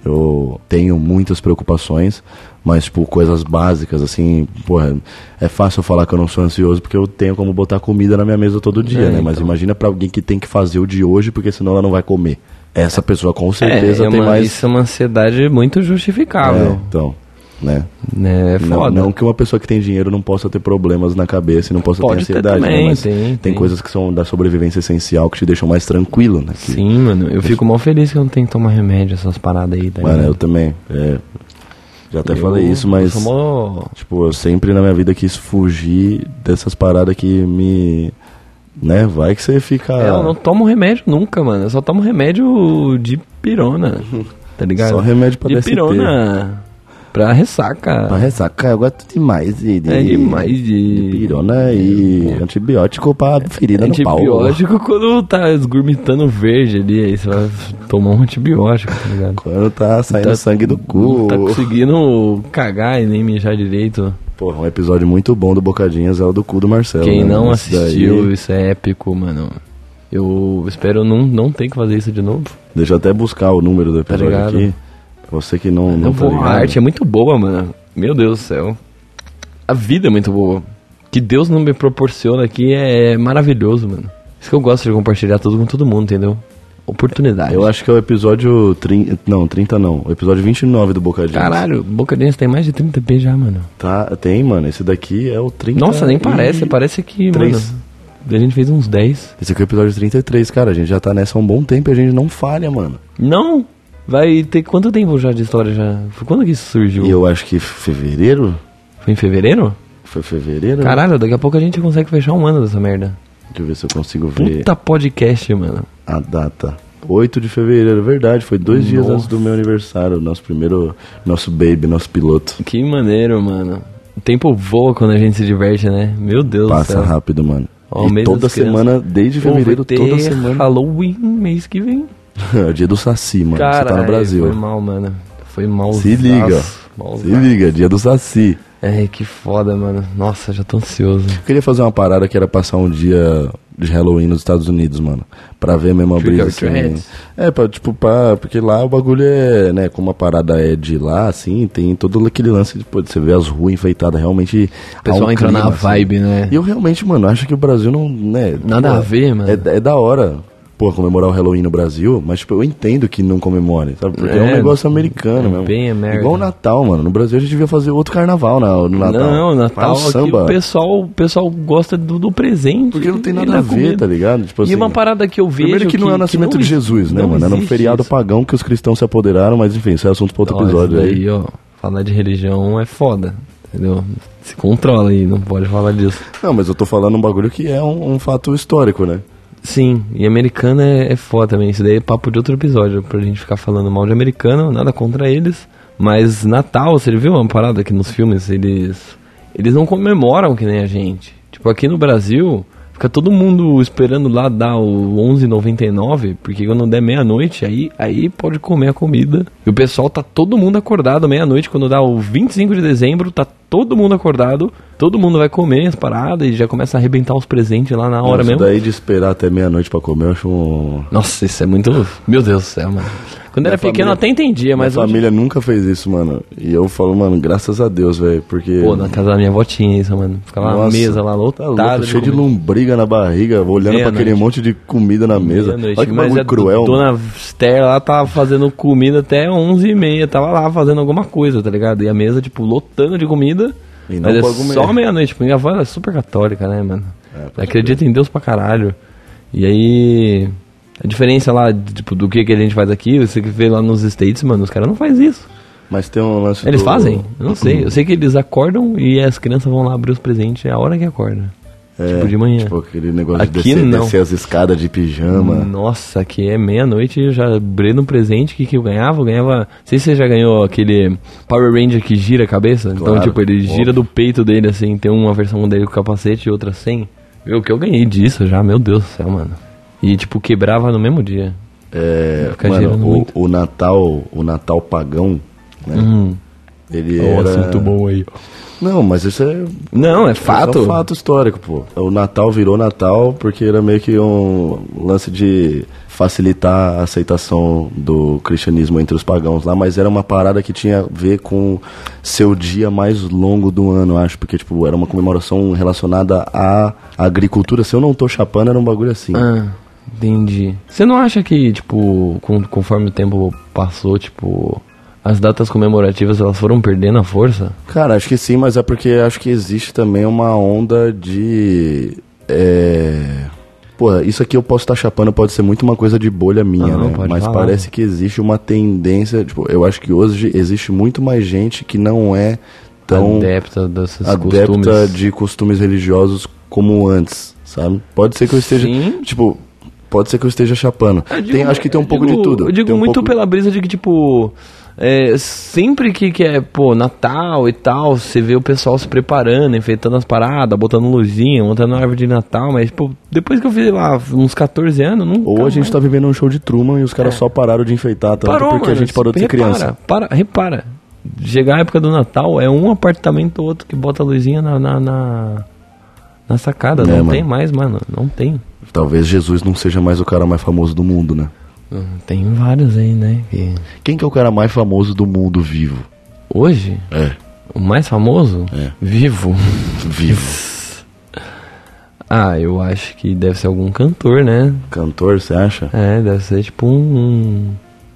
A: eu tenho muitas preocupações, mas, tipo, coisas básicas, assim, porra, é fácil eu falar que eu não sou ansioso porque eu tenho como botar comida na minha mesa todo dia,
B: É,
A: né? Mas imagina pra alguém que tem que fazer o de hoje porque senão ela não vai comer. Essa pessoa com certeza
B: é, é
A: tem
B: uma-
A: mais
B: Isso é uma ansiedade muito
A: é,
B: justificável.
A: então, né?
B: né? É
A: Não,
B: foda.
A: não que uma pessoa que tem dinheiro não possa ter problemas na cabeça e não possa
B: Pode
A: ter
B: ter
A: ansiedade, né?
B: também,
A: Mas
B: tem, tem.
A: coisas que são da sobrevivência essencial que te deixam mais tranquilo, né? Que-
B: Sim, mano. Eu fico mal feliz que eu não tenho que tomar remédio, essas paradas aí. Tá
A: Mano,
B: ligado?
A: eu também. é, já até
B: Eu-
A: falei isso, mas.
B: Eu sou mó-
A: Tipo, eu sempre na minha vida quis fugir dessas paradas que me. Né? Vai que você fica.
B: É, eu não tomo remédio nunca, mano. Eu só tomo remédio de
A: *laughs*
B: pirona. Tá ligado?
A: Só remédio pra
B: de
A: DST.
B: pirona. Pra ressaca.
A: Pra ressaca, eu gosto demais de, de-
B: É demais de.
A: de pirona e antibiótico pra ferida no pau. né?
B: Antibiótico quando tá esgurmitando verde ali, aí você vai tomar um antibiótico, tá ligado?
A: Quando tá saindo
B: Tá-
A: sangue do
B: Não
A: cu.
B: tá conseguindo cagar e nem mijar direito.
A: Porra, um episódio muito bom do Bocadinhas é o do cu do Marcelo.
B: Quem
A: né?
B: não
A: Esse daí-
B: assistiu, isso é épico, mano. Eu espero não, não ter que fazer isso de novo.
A: Deixa eu até buscar o número do episódio
B: tá ligado?
A: aqui. Você que não. não
B: Eu vou-
A: tá
B: a
A: ligado.
B: arte é muito boa, mano. Meu Deus do céu. A vida é muito boa. O Que Deus não me proporciona aqui é maravilhoso, mano. Isso que eu gosto de compartilhar tudo com todo mundo, entendeu? Oportunidade.
A: Eu acho que é o episódio 30. Não, 30 não. O episódio 29 do Bocadinhas.
B: Caralho, Boca Dance tem mais de 30 P já, mano.
A: Tá, tem, mano. Esse daqui é o 30.
B: Nossa, nem
A: e-
B: parece, parece que,
A: três.
B: mano. A gente fez uns 10.
A: Esse aqui é o episódio 33, cara. A gente já tá nessa há um bom tempo e a gente não falha, mano.
B: Não! Vai ter quanto tempo já de história já? Foi Quando que isso surgiu?
A: E eu acho que fevereiro?
B: Foi em fevereiro?
A: Foi fevereiro?
B: Caralho, daqui a pouco a gente consegue fechar um ano dessa merda.
A: Deixa eu ver se eu consigo ver
B: Puta podcast, mano.
A: a data. 8 de fevereiro, é verdade. Foi dois dias
B: Nossa.
A: antes do meu aniversário. Nosso primeiro. Nosso baby, nosso piloto.
B: Que maneiro, mano. O tempo voa quando a gente se diverte, né? Meu Deus do
A: Passa
B: céu.
A: rápido, mano.
B: Ó,
A: e
B: mês
A: toda
B: das crianças.
A: semana, desde
B: Pô, vai
A: fevereiro,
B: ter
A: toda semana.
B: Halloween mês que vem.
A: *laughs* é o dia do Saci, mano. Você tá no
B: Caralho, Foi
A: Brasil.
B: mal, mano. Foi mal.
A: Se liga. Se liga, dia do Saci.
B: É, que foda, mano. Nossa, já tô ansioso.
A: Eu queria fazer uma parada que era passar um dia de Halloween nos Estados Unidos, mano. Pra ver mesmo a
B: Trick
A: brisa,
B: or
A: assim.
B: treat.
A: É, pra, tipo, pra, porque lá o bagulho é, né, como a parada é de lá, assim, tem todo aquele lance de, pô, de você ver as ruas enfeitadas, realmente...
B: O pessoal
A: há um
B: entra na
A: clima, assim.
B: vibe, né?
A: E eu realmente, mano, acho que o Brasil não, né...
B: Nada a ver, mano.
A: É, é da hora, pô, comemorar o Halloween no Brasil, mas, tipo, eu entendo que não comemore, sabe? Porque é, um
B: É,
A: negócio americano
B: é
A: mesmo.
B: bem American.
A: Igual o Natal, mano. No Brasil a gente devia fazer outro carnaval na, no Natal.
B: Não, Natal
A: Faz um
B: aqui o pessoal, o pessoal gosta do, do presente.
A: porque não tem
B: e
A: nada
B: da
A: a ver,
B: comida.
A: tá ligado? Tipo
B: E uma parada que eu vejo
A: Primeiro que não é o nascimento
B: não
A: de
B: ex-
A: Jesus, né,
B: não
A: mano? Era um
B: existe
A: feriado
B: isso.
A: pagão que os cristãos se apoderaram, mas enfim, isso é assunto pra outro
B: Ó,
A: episódio
B: isso
A: aí.
B: daí, ó, falar de religião é foda, entendeu? Se controla aí, não pode falar disso.
A: Não, mas eu tô falando um bagulho que é um, um fato histórico, né?
B: Sim, e americano é, é foda também. Isso daí é papo de outro episódio, pra gente ficar falando mal de americano, nada contra eles. Mas Natal, você viu uma parada que nos filmes eles. Eles não comemoram que nem a gente. Tipo, aqui no Brasil, fica todo mundo esperando lá dar o 11,99, porque quando der meia-noite, aí, aí pode comer a comida. E o pessoal tá todo mundo acordado meia-noite, quando dá o 25 de dezembro, tá todo mundo acordado Todo mundo vai comer as paradas e já começa a arrebentar os presentes lá na hora
A: Isso
B: mesmo.
A: daí de esperar até meia-noite pra comer, eu acho um...
B: Nossa, isso é muito. Meu Deus do céu, mano. Quando
A: Minha
B: era pequeno
A: família-
B: até entendia, mas.
A: Minha
B: hoje-
A: família nunca fez isso, mano. E eu falo, mano, graças a Deus, velho, porque...
B: Pô, na casa da minha avó tinha isso, mano. Ficava uma
A: Nossa,
B: mesa lá
A: Tá
B: lotada.
A: louco, cheio de
B: comida.
A: lombriga na barriga, olhando pra
B: Meia-noite.
A: aquele monte de comida na mesa.
B: Meia-noite,
A: Olha que
B: mas
A: bagulho
B: a
A: cruel. mano.
B: Dona Esther lá tava fazendo comida até 11h30, tava lá fazendo alguma coisa, tá ligado? E a mesa, tipo, lotando de comida.
A: E não
B: mas é
A: pode comer.
B: só meia-noite. Tipo, minha avó era super católica, né, mano?
A: É, pode
B: Acredita em Deus pra caralho. E aí. A diferença lá, tipo, do que, que a gente faz aqui, você que vê lá nos States, mano, os caras não fazem isso.
A: Mas tem um lance
B: Eles
A: do-
B: fazem? Eu não sei. Eu sei que eles acordam e as crianças vão lá abrir os presentes a hora que acorda.
A: É,
B: tipo, de manhã.
A: Tipo aquele negócio de
B: Aqui
A: descer,
B: não. Hum.
A: descer as escadas de pijama.
B: Nossa, que é meia-noite eu já abrindo um presente. O que, que eu ganhava? Eu ganhava. Não sei se você já ganhou aquele Power Ranger que gira a cabeça.
A: Claro.
B: Então, tipo, ele
A: Óbvio.
B: gira do peito dele assim. Tem uma versão dele com capacete e outra sem. Meu, o que eu ganhei disso já, meu Deus do céu, mano. E, tipo, quebrava no mesmo dia.
A: É,
B: Fica girando
A: mano,
B: muito.
A: o, o Natal, o Natal pagão, né?
B: Hum,
A: Ele
B: é um
A: era...
B: assunto bom aí.
A: Não, mas isso é
B: Não, é
A: É um
B: fato.
A: fato histórico, pô. O Natal virou Natal porque era meio que um lance de facilitar a aceitação do cristianismo entre os pagãos lá, mas era uma parada que tinha a ver com seu dia mais longo do ano, acho, porque tipo, era uma comemoração relacionada à agricultura. Se eu não tô chapando, era um bagulho assim.
B: Ah, entendi. Você não acha que, tipo, com- conforme o tempo passou, tipo, as datas comemorativas elas foram perdendo a força?
A: Cara, acho que sim, mas é porque acho que existe também uma onda de. É. Porra, isso aqui eu posso estar chapando, pode ser muito uma coisa de bolha minha,
B: Não,
A: né?
B: pode
A: Mas
B: falar.
A: parece que existe uma tendência. Tipo, eu acho que hoje existe muito mais gente que não é tão
B: adepta desses
A: adepta
B: costumes.
A: de costumes religiosos como antes, sabe? Pode ser que eu esteja.
B: Sim.
A: Tipo, pode ser que eu esteja chapando.
B: Eu digo-
A: Tem- acho que tem um
B: eu
A: pouco
B: digo-
A: de tudo.
B: Eu digo
A: Tem um
B: muito
A: pouco-
B: pela brisa de que, tipo, é, sempre que, que é, pô, Natal e tal, você vê o pessoal se preparando, enfeitando as paradas, botando luzinha, montando árvore de Natal, mas, pô, depois que eu fiz, lá, uns 14 anos, não.
A: Ou a gente tá vivendo um show de Truman e os caras só pararam de enfeitar, tanto
B: né? É. Parou,
A: porque
B: mano,
A: a gente parou de ser
B: repara,
A: criança.
B: Para, repara. Chegar a época do Natal, é um apartamento ou outro que bota a luzinha na, na, na, na sacada.
A: É,
B: não
A: mano.
B: tem mais, mano. Não tem.
A: Talvez Jesus não seja mais o cara mais famoso do mundo, né?
B: Tem vários aí, né? que-
A: Quem que é o cara mais famoso do mundo vivo?
B: Hoje,
A: É,
B: o mais famoso,
A: É.
B: vivo. *laughs*
A: vivo.
B: Ah, eu acho que deve ser algum cantor, né?
A: Cantor, você acha?
B: É, deve ser tipo um. um-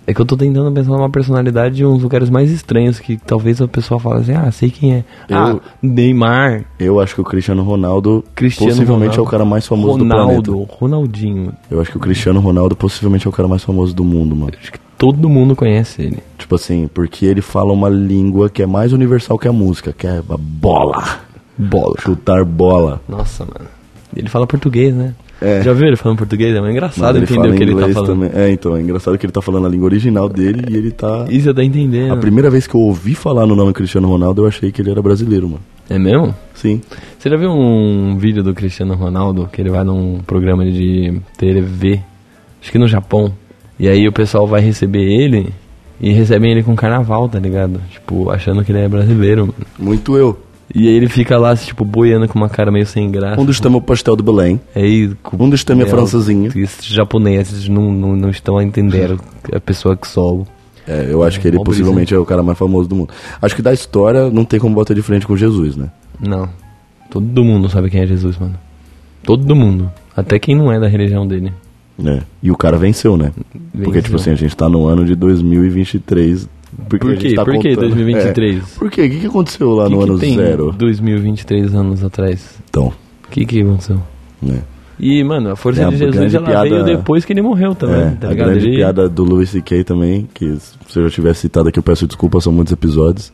B: É que eu tô tentando pensar numa personalidade de uns lugares mais estranhos que talvez a pessoa fale assim, ah, sei quem é.
A: Eu-
B: Ah, Neymar.
A: Eu acho que o Cristiano Ronaldo
B: Cristiano
A: possivelmente
B: Ronaldo.
A: é o cara mais famoso do
B: Ronaldo,
A: planeta.
B: Ronaldinho.
A: Eu acho que o Cristiano Ronaldo possivelmente é o cara mais famoso do mundo, mano.
B: Acho que todo mundo conhece ele.
A: Tipo assim, porque ele fala uma língua que é mais universal que a música, que é a bola.
B: Bola.
A: Chutar bola.
B: Nossa, mano. Ele fala português, né?
A: É.
B: Já viu ele falando português? É engraçado
A: Mas
B: entender o que ele tá
A: inglês
B: falando.
A: também. É, então, é engraçado que ele tá falando a língua original dele e ele tá...
B: Isso dá a entender.
A: A
B: né?
A: primeira vez que eu ouvi falar no nome Cristiano Ronaldo, eu achei que ele era brasileiro, mano.
B: É mesmo?
A: Sim.
B: Você já viu um vídeo do Cristiano Ronaldo que ele vai num programa de TV, acho que no Japão, e aí o pessoal vai receber ele e recebem ele com carnaval, tá ligado? Tipo, achando que ele é brasileiro, mano.
A: Muito eu.
B: E aí ele fica lá, tipo, boiando com uma cara meio sem graça.
A: Onde está meu pastel do Belém?
B: Aí, com-
A: Onde está minha
B: É,
A: francesinha?
B: Esses japoneses não, não, não estão a entender a pessoa que solo.
A: É, eu acho que ele
B: Mó brisa,
A: possivelmente é o cara mais famoso do mundo. Acho que da história não tem como botar de frente com Jesus, né?
B: Não. Todo mundo sabe quem é Jesus, mano. Todo mundo. Até quem não é da religião dele.
A: É. E o cara venceu, né? Porque,
B: Venceu.
A: tipo assim, a gente tá no ano de 2023. Porque
B: Por
A: a gente
B: quê?
A: tá
B: Por que
A: contando-
B: 2023?
A: É. Por quê? O que, que aconteceu lá
B: O que,
A: no
B: que
A: ano
B: tem
A: zero?
B: 2023 anos atrás?
A: Então,
B: O que que aconteceu?
A: né?
B: E, mano, a força
A: É, a
B: de
A: grande
B: Jesus ela
A: piada-
B: veio depois que ele morreu também,
A: É,
B: tá
A: a
B: ligado?
A: grande
B: Ele-
A: piada do Louis C.K. também, que se eu já tivesse citado aqui, eu peço desculpa, são muitos episódios.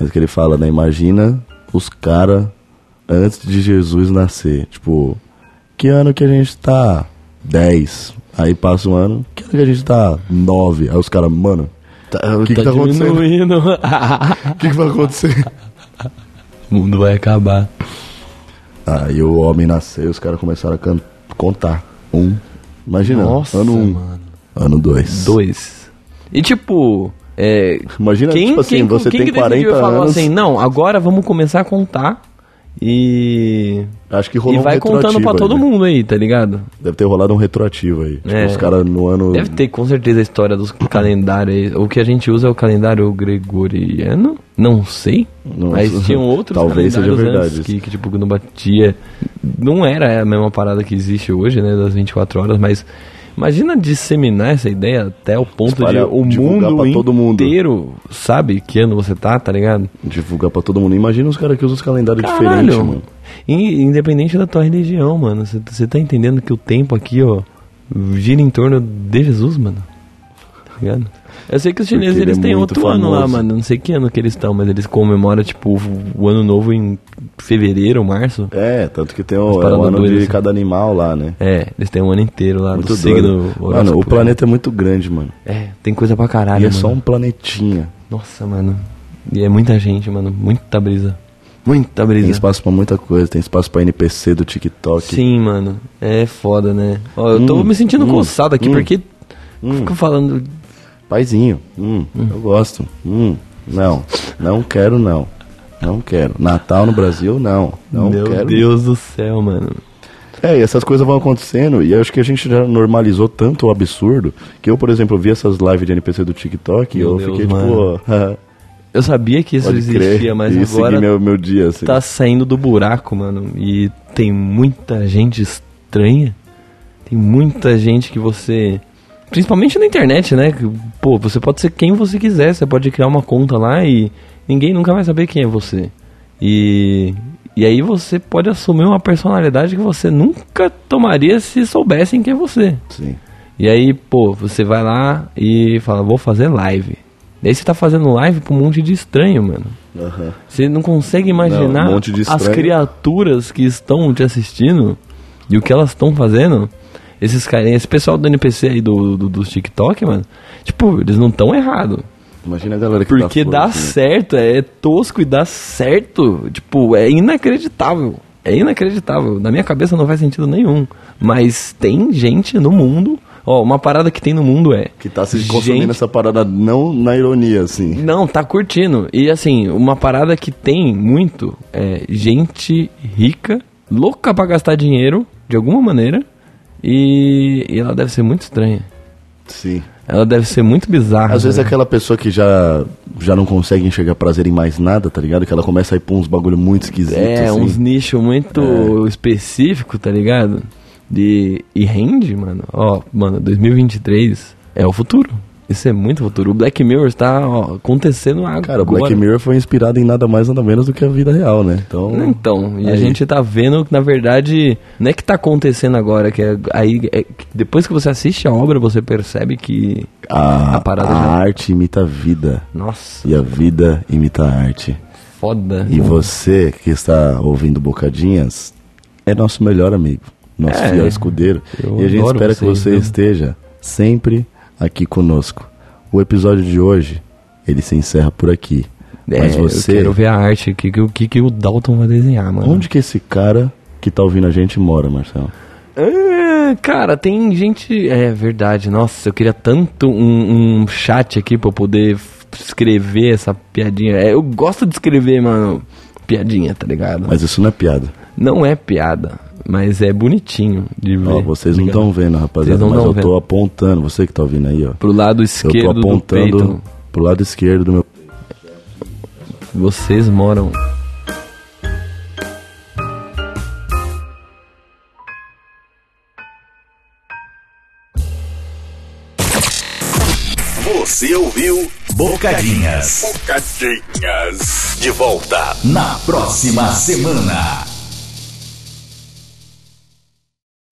A: Mas que ele fala, né? Imagina os caras antes de Jesus nascer. Tipo, que ano que a gente tá? 10. Aí passa um ano, que ano que a gente tá? 9. Aí os caras, mano, o que, que tá acontecendo? O
B: diminuindo. *laughs* Ah,
A: que, que vai acontecer?
B: o mundo vai acabar.
A: Aí o homem nasceu, os caras começaram a can- contar. Um. Imagina,
B: Nossa,
A: ano um,
B: mano.
A: ano dois.
B: Dois. E, tipo, é,
A: Imagina, tipo assim, você
B: quem
A: tem
B: que
A: 40
B: decidiu assim, e falou né?
A: anos.
B: assim, não, agora vamos começar a contar E.
A: Acho que rolou
B: e vai
A: um retroativo
B: contando pra
A: aí,
B: todo
A: né?
B: mundo aí, tá ligado?
A: Deve ter rolado um retroativo aí. Tipo,
B: É.
A: os caras no ano.
B: Deve ter com certeza a história dos calendários. aí. O que a gente usa é o calendário gregoriano? Não sei.
A: Nossa.
B: Mas tinham outros
A: Talvez seja
B: calendários
A: verdade
B: antes
A: isso.
B: que, que, tipo, que não batia. Não era a mesma parada que existe hoje, né? Das 24 horas, mas. Imagina disseminar essa ideia até o ponto
A: Espalhar,
B: de o
A: divulgar
B: mundo
A: pra todo mundo.
B: inteiro sabe que ano você tá, tá ligado?
A: Divulgar pra todo mundo. Imagina os caras que usam os calendários diferentes, mano.
B: In- Independente da tua religião, mano. Você tá entendendo que o tempo aqui, ó, gira em torno de Jesus, mano. Tá ligado? Eu sei que os
A: Porque
B: chineses
A: ele
B: eles
A: é
B: têm
A: muito
B: outro ano lá,
A: famoso.
B: mano. Não sei que ano que eles estão, mas eles comemoram, tipo, o ano novo em fevereiro, março.
A: É, tanto que tem
B: As
A: o, é
B: paradas
A: o ano
B: doidas,
A: de
B: assim.
A: cada animal lá, né?
B: É, eles têm um ano inteiro lá
A: Muito
B: do
A: doido.
B: signo.
A: Mano, o
B: horóscopo. né?
A: planeta é muito grande, mano.
B: É, tem coisa pra
A: e
B: caralho,
A: é
B: mano.
A: só um planetinha.
B: Nossa, mano. E é muita gente, mano. Muita brisa. Muita
A: Tem
B: brisa.
A: espaço pra muita coisa, tem espaço pra NPC do TikTok.
B: Sim, mano. É foda, né? Ó, eu tô
A: Hum,
B: me sentindo
A: hum,
B: coçado aqui
A: hum,
B: porque fico falando.
A: Paizinho, hum, eu gosto. Hum, não, não quero não. Não quero. Natal no Brasil, não. Não
B: Meu
A: quero.
B: Deus do céu, mano.
A: É, e essas coisas vão acontecendo e eu acho que a gente já normalizou tanto o absurdo que eu, por exemplo, vi essas lives de NPC do TikTok e
B: Meu
A: eu
B: Deus,
A: fiquei *laughs*
B: mano.
A: tipo, ó,
B: Eu sabia que isso
A: pode
B: existia,
A: crer.
B: mas
A: e
B: agora
A: seguir meu, meu dia, assim.
B: tá saindo do buraco, mano. E tem muita gente estranha. Tem muita gente que você. Principalmente na internet, né? Que, Pô, você pode ser quem você quiser. Você pode criar uma conta lá e ninguém nunca vai saber quem é você. E. E aí você pode assumir uma personalidade que você nunca tomaria se soubessem quem é você.
A: Sim.
B: E aí, pô, você vai lá e fala, vou fazer live. Daí você tá fazendo live pra um monte de estranho, mano.
A: Aham.
B: Você não consegue imaginar
A: Não, um monte de
B: as
A: estranho.
B: criaturas que estão te assistindo e o que elas estão fazendo. Esses caras, esse pessoal do NPC aí do, do, do TikTok, mano, tipo, eles não estão errado.
A: Imagina a galera que tá
B: Porque dá
A: fora, assim.
B: certo, é tosco e dá certo. Tipo, é inacreditável. É inacreditável. Na minha cabeça não faz sentido nenhum. Mas tem gente no mundo. Ó, uma parada que tem no mundo é.
A: Que tá se consumindo
B: gente-
A: essa parada não na ironia, assim.
B: Não, tá curtindo. E assim, uma parada que tem muito é gente rica, louca pra gastar dinheiro, de alguma maneira. E, e ela deve ser muito estranha.
A: Sim.
B: Ela deve ser muito bizarra.
A: Às vezes é
B: né?
A: aquela pessoa que já, já não consegue enxergar prazer em mais nada, tá ligado? Que ela começa a ir pra uns bagulho muito esquisito, assim.
B: É,
A: É.
B: uns nichos muito específico, tá ligado? De, e rende, mano. Ó, mano, 2023 é o futuro. Isso é muito futuro. O Black Mirror está ó, acontecendo agora.
A: Cara, o Black Mirror foi inspirado em nada mais, nada menos do que a vida real, né? Então,
B: Então, e a
A: Aí.
B: gente tá vendo que, na verdade, não é que tá acontecendo agora, que é- aí é que depois que você assiste a obra, você percebe que
A: a,
B: a parada
A: a
B: já.
A: arte imita a vida.
B: Nossa,
A: E a vida imita a arte.
B: foda.
A: E você que está ouvindo Bocadinhas é nosso melhor amigo, nosso
B: É,
A: fiel escudeiro.
B: eu
A: E a gente
B: adoro então.
A: espera que
B: vocês,
A: você
B: viu?
A: esteja sempre aqui conosco. O episódio de hoje, ele se encerra por aqui.
B: É,
A: Mas
B: Eu
A: você,
B: quero ver a arte, o que, que, o que, que o Dalton vai desenhar, mano.
A: onde que esse cara que tá ouvindo a gente mora, Marcelo?
B: Ah, cara, tem gente. É verdade, nossa, eu queria tanto um, um chat aqui pra eu poder f- escrever essa piadinha. É, eu gosto de escrever, mano, piadinha, tá ligado?
A: Mas isso não é piada.
B: Não é piada, mas é bonitinho de ver.
A: Ó, vocês não
B: ligado?
A: estão vendo, rapaziada,
B: Vocês não
A: mas eu
B: tão
A: tô
B: vendo.
A: apontando, você que tá ouvindo aí, ó.
B: Pro lado
A: Eu tô
B: esquerdo do
A: apontando
B: peito,
A: pro lado esquerdo do meu
B: vocês moram.
C: Você ouviu Bocadinhas. Bocadinhas. De volta na próxima semana.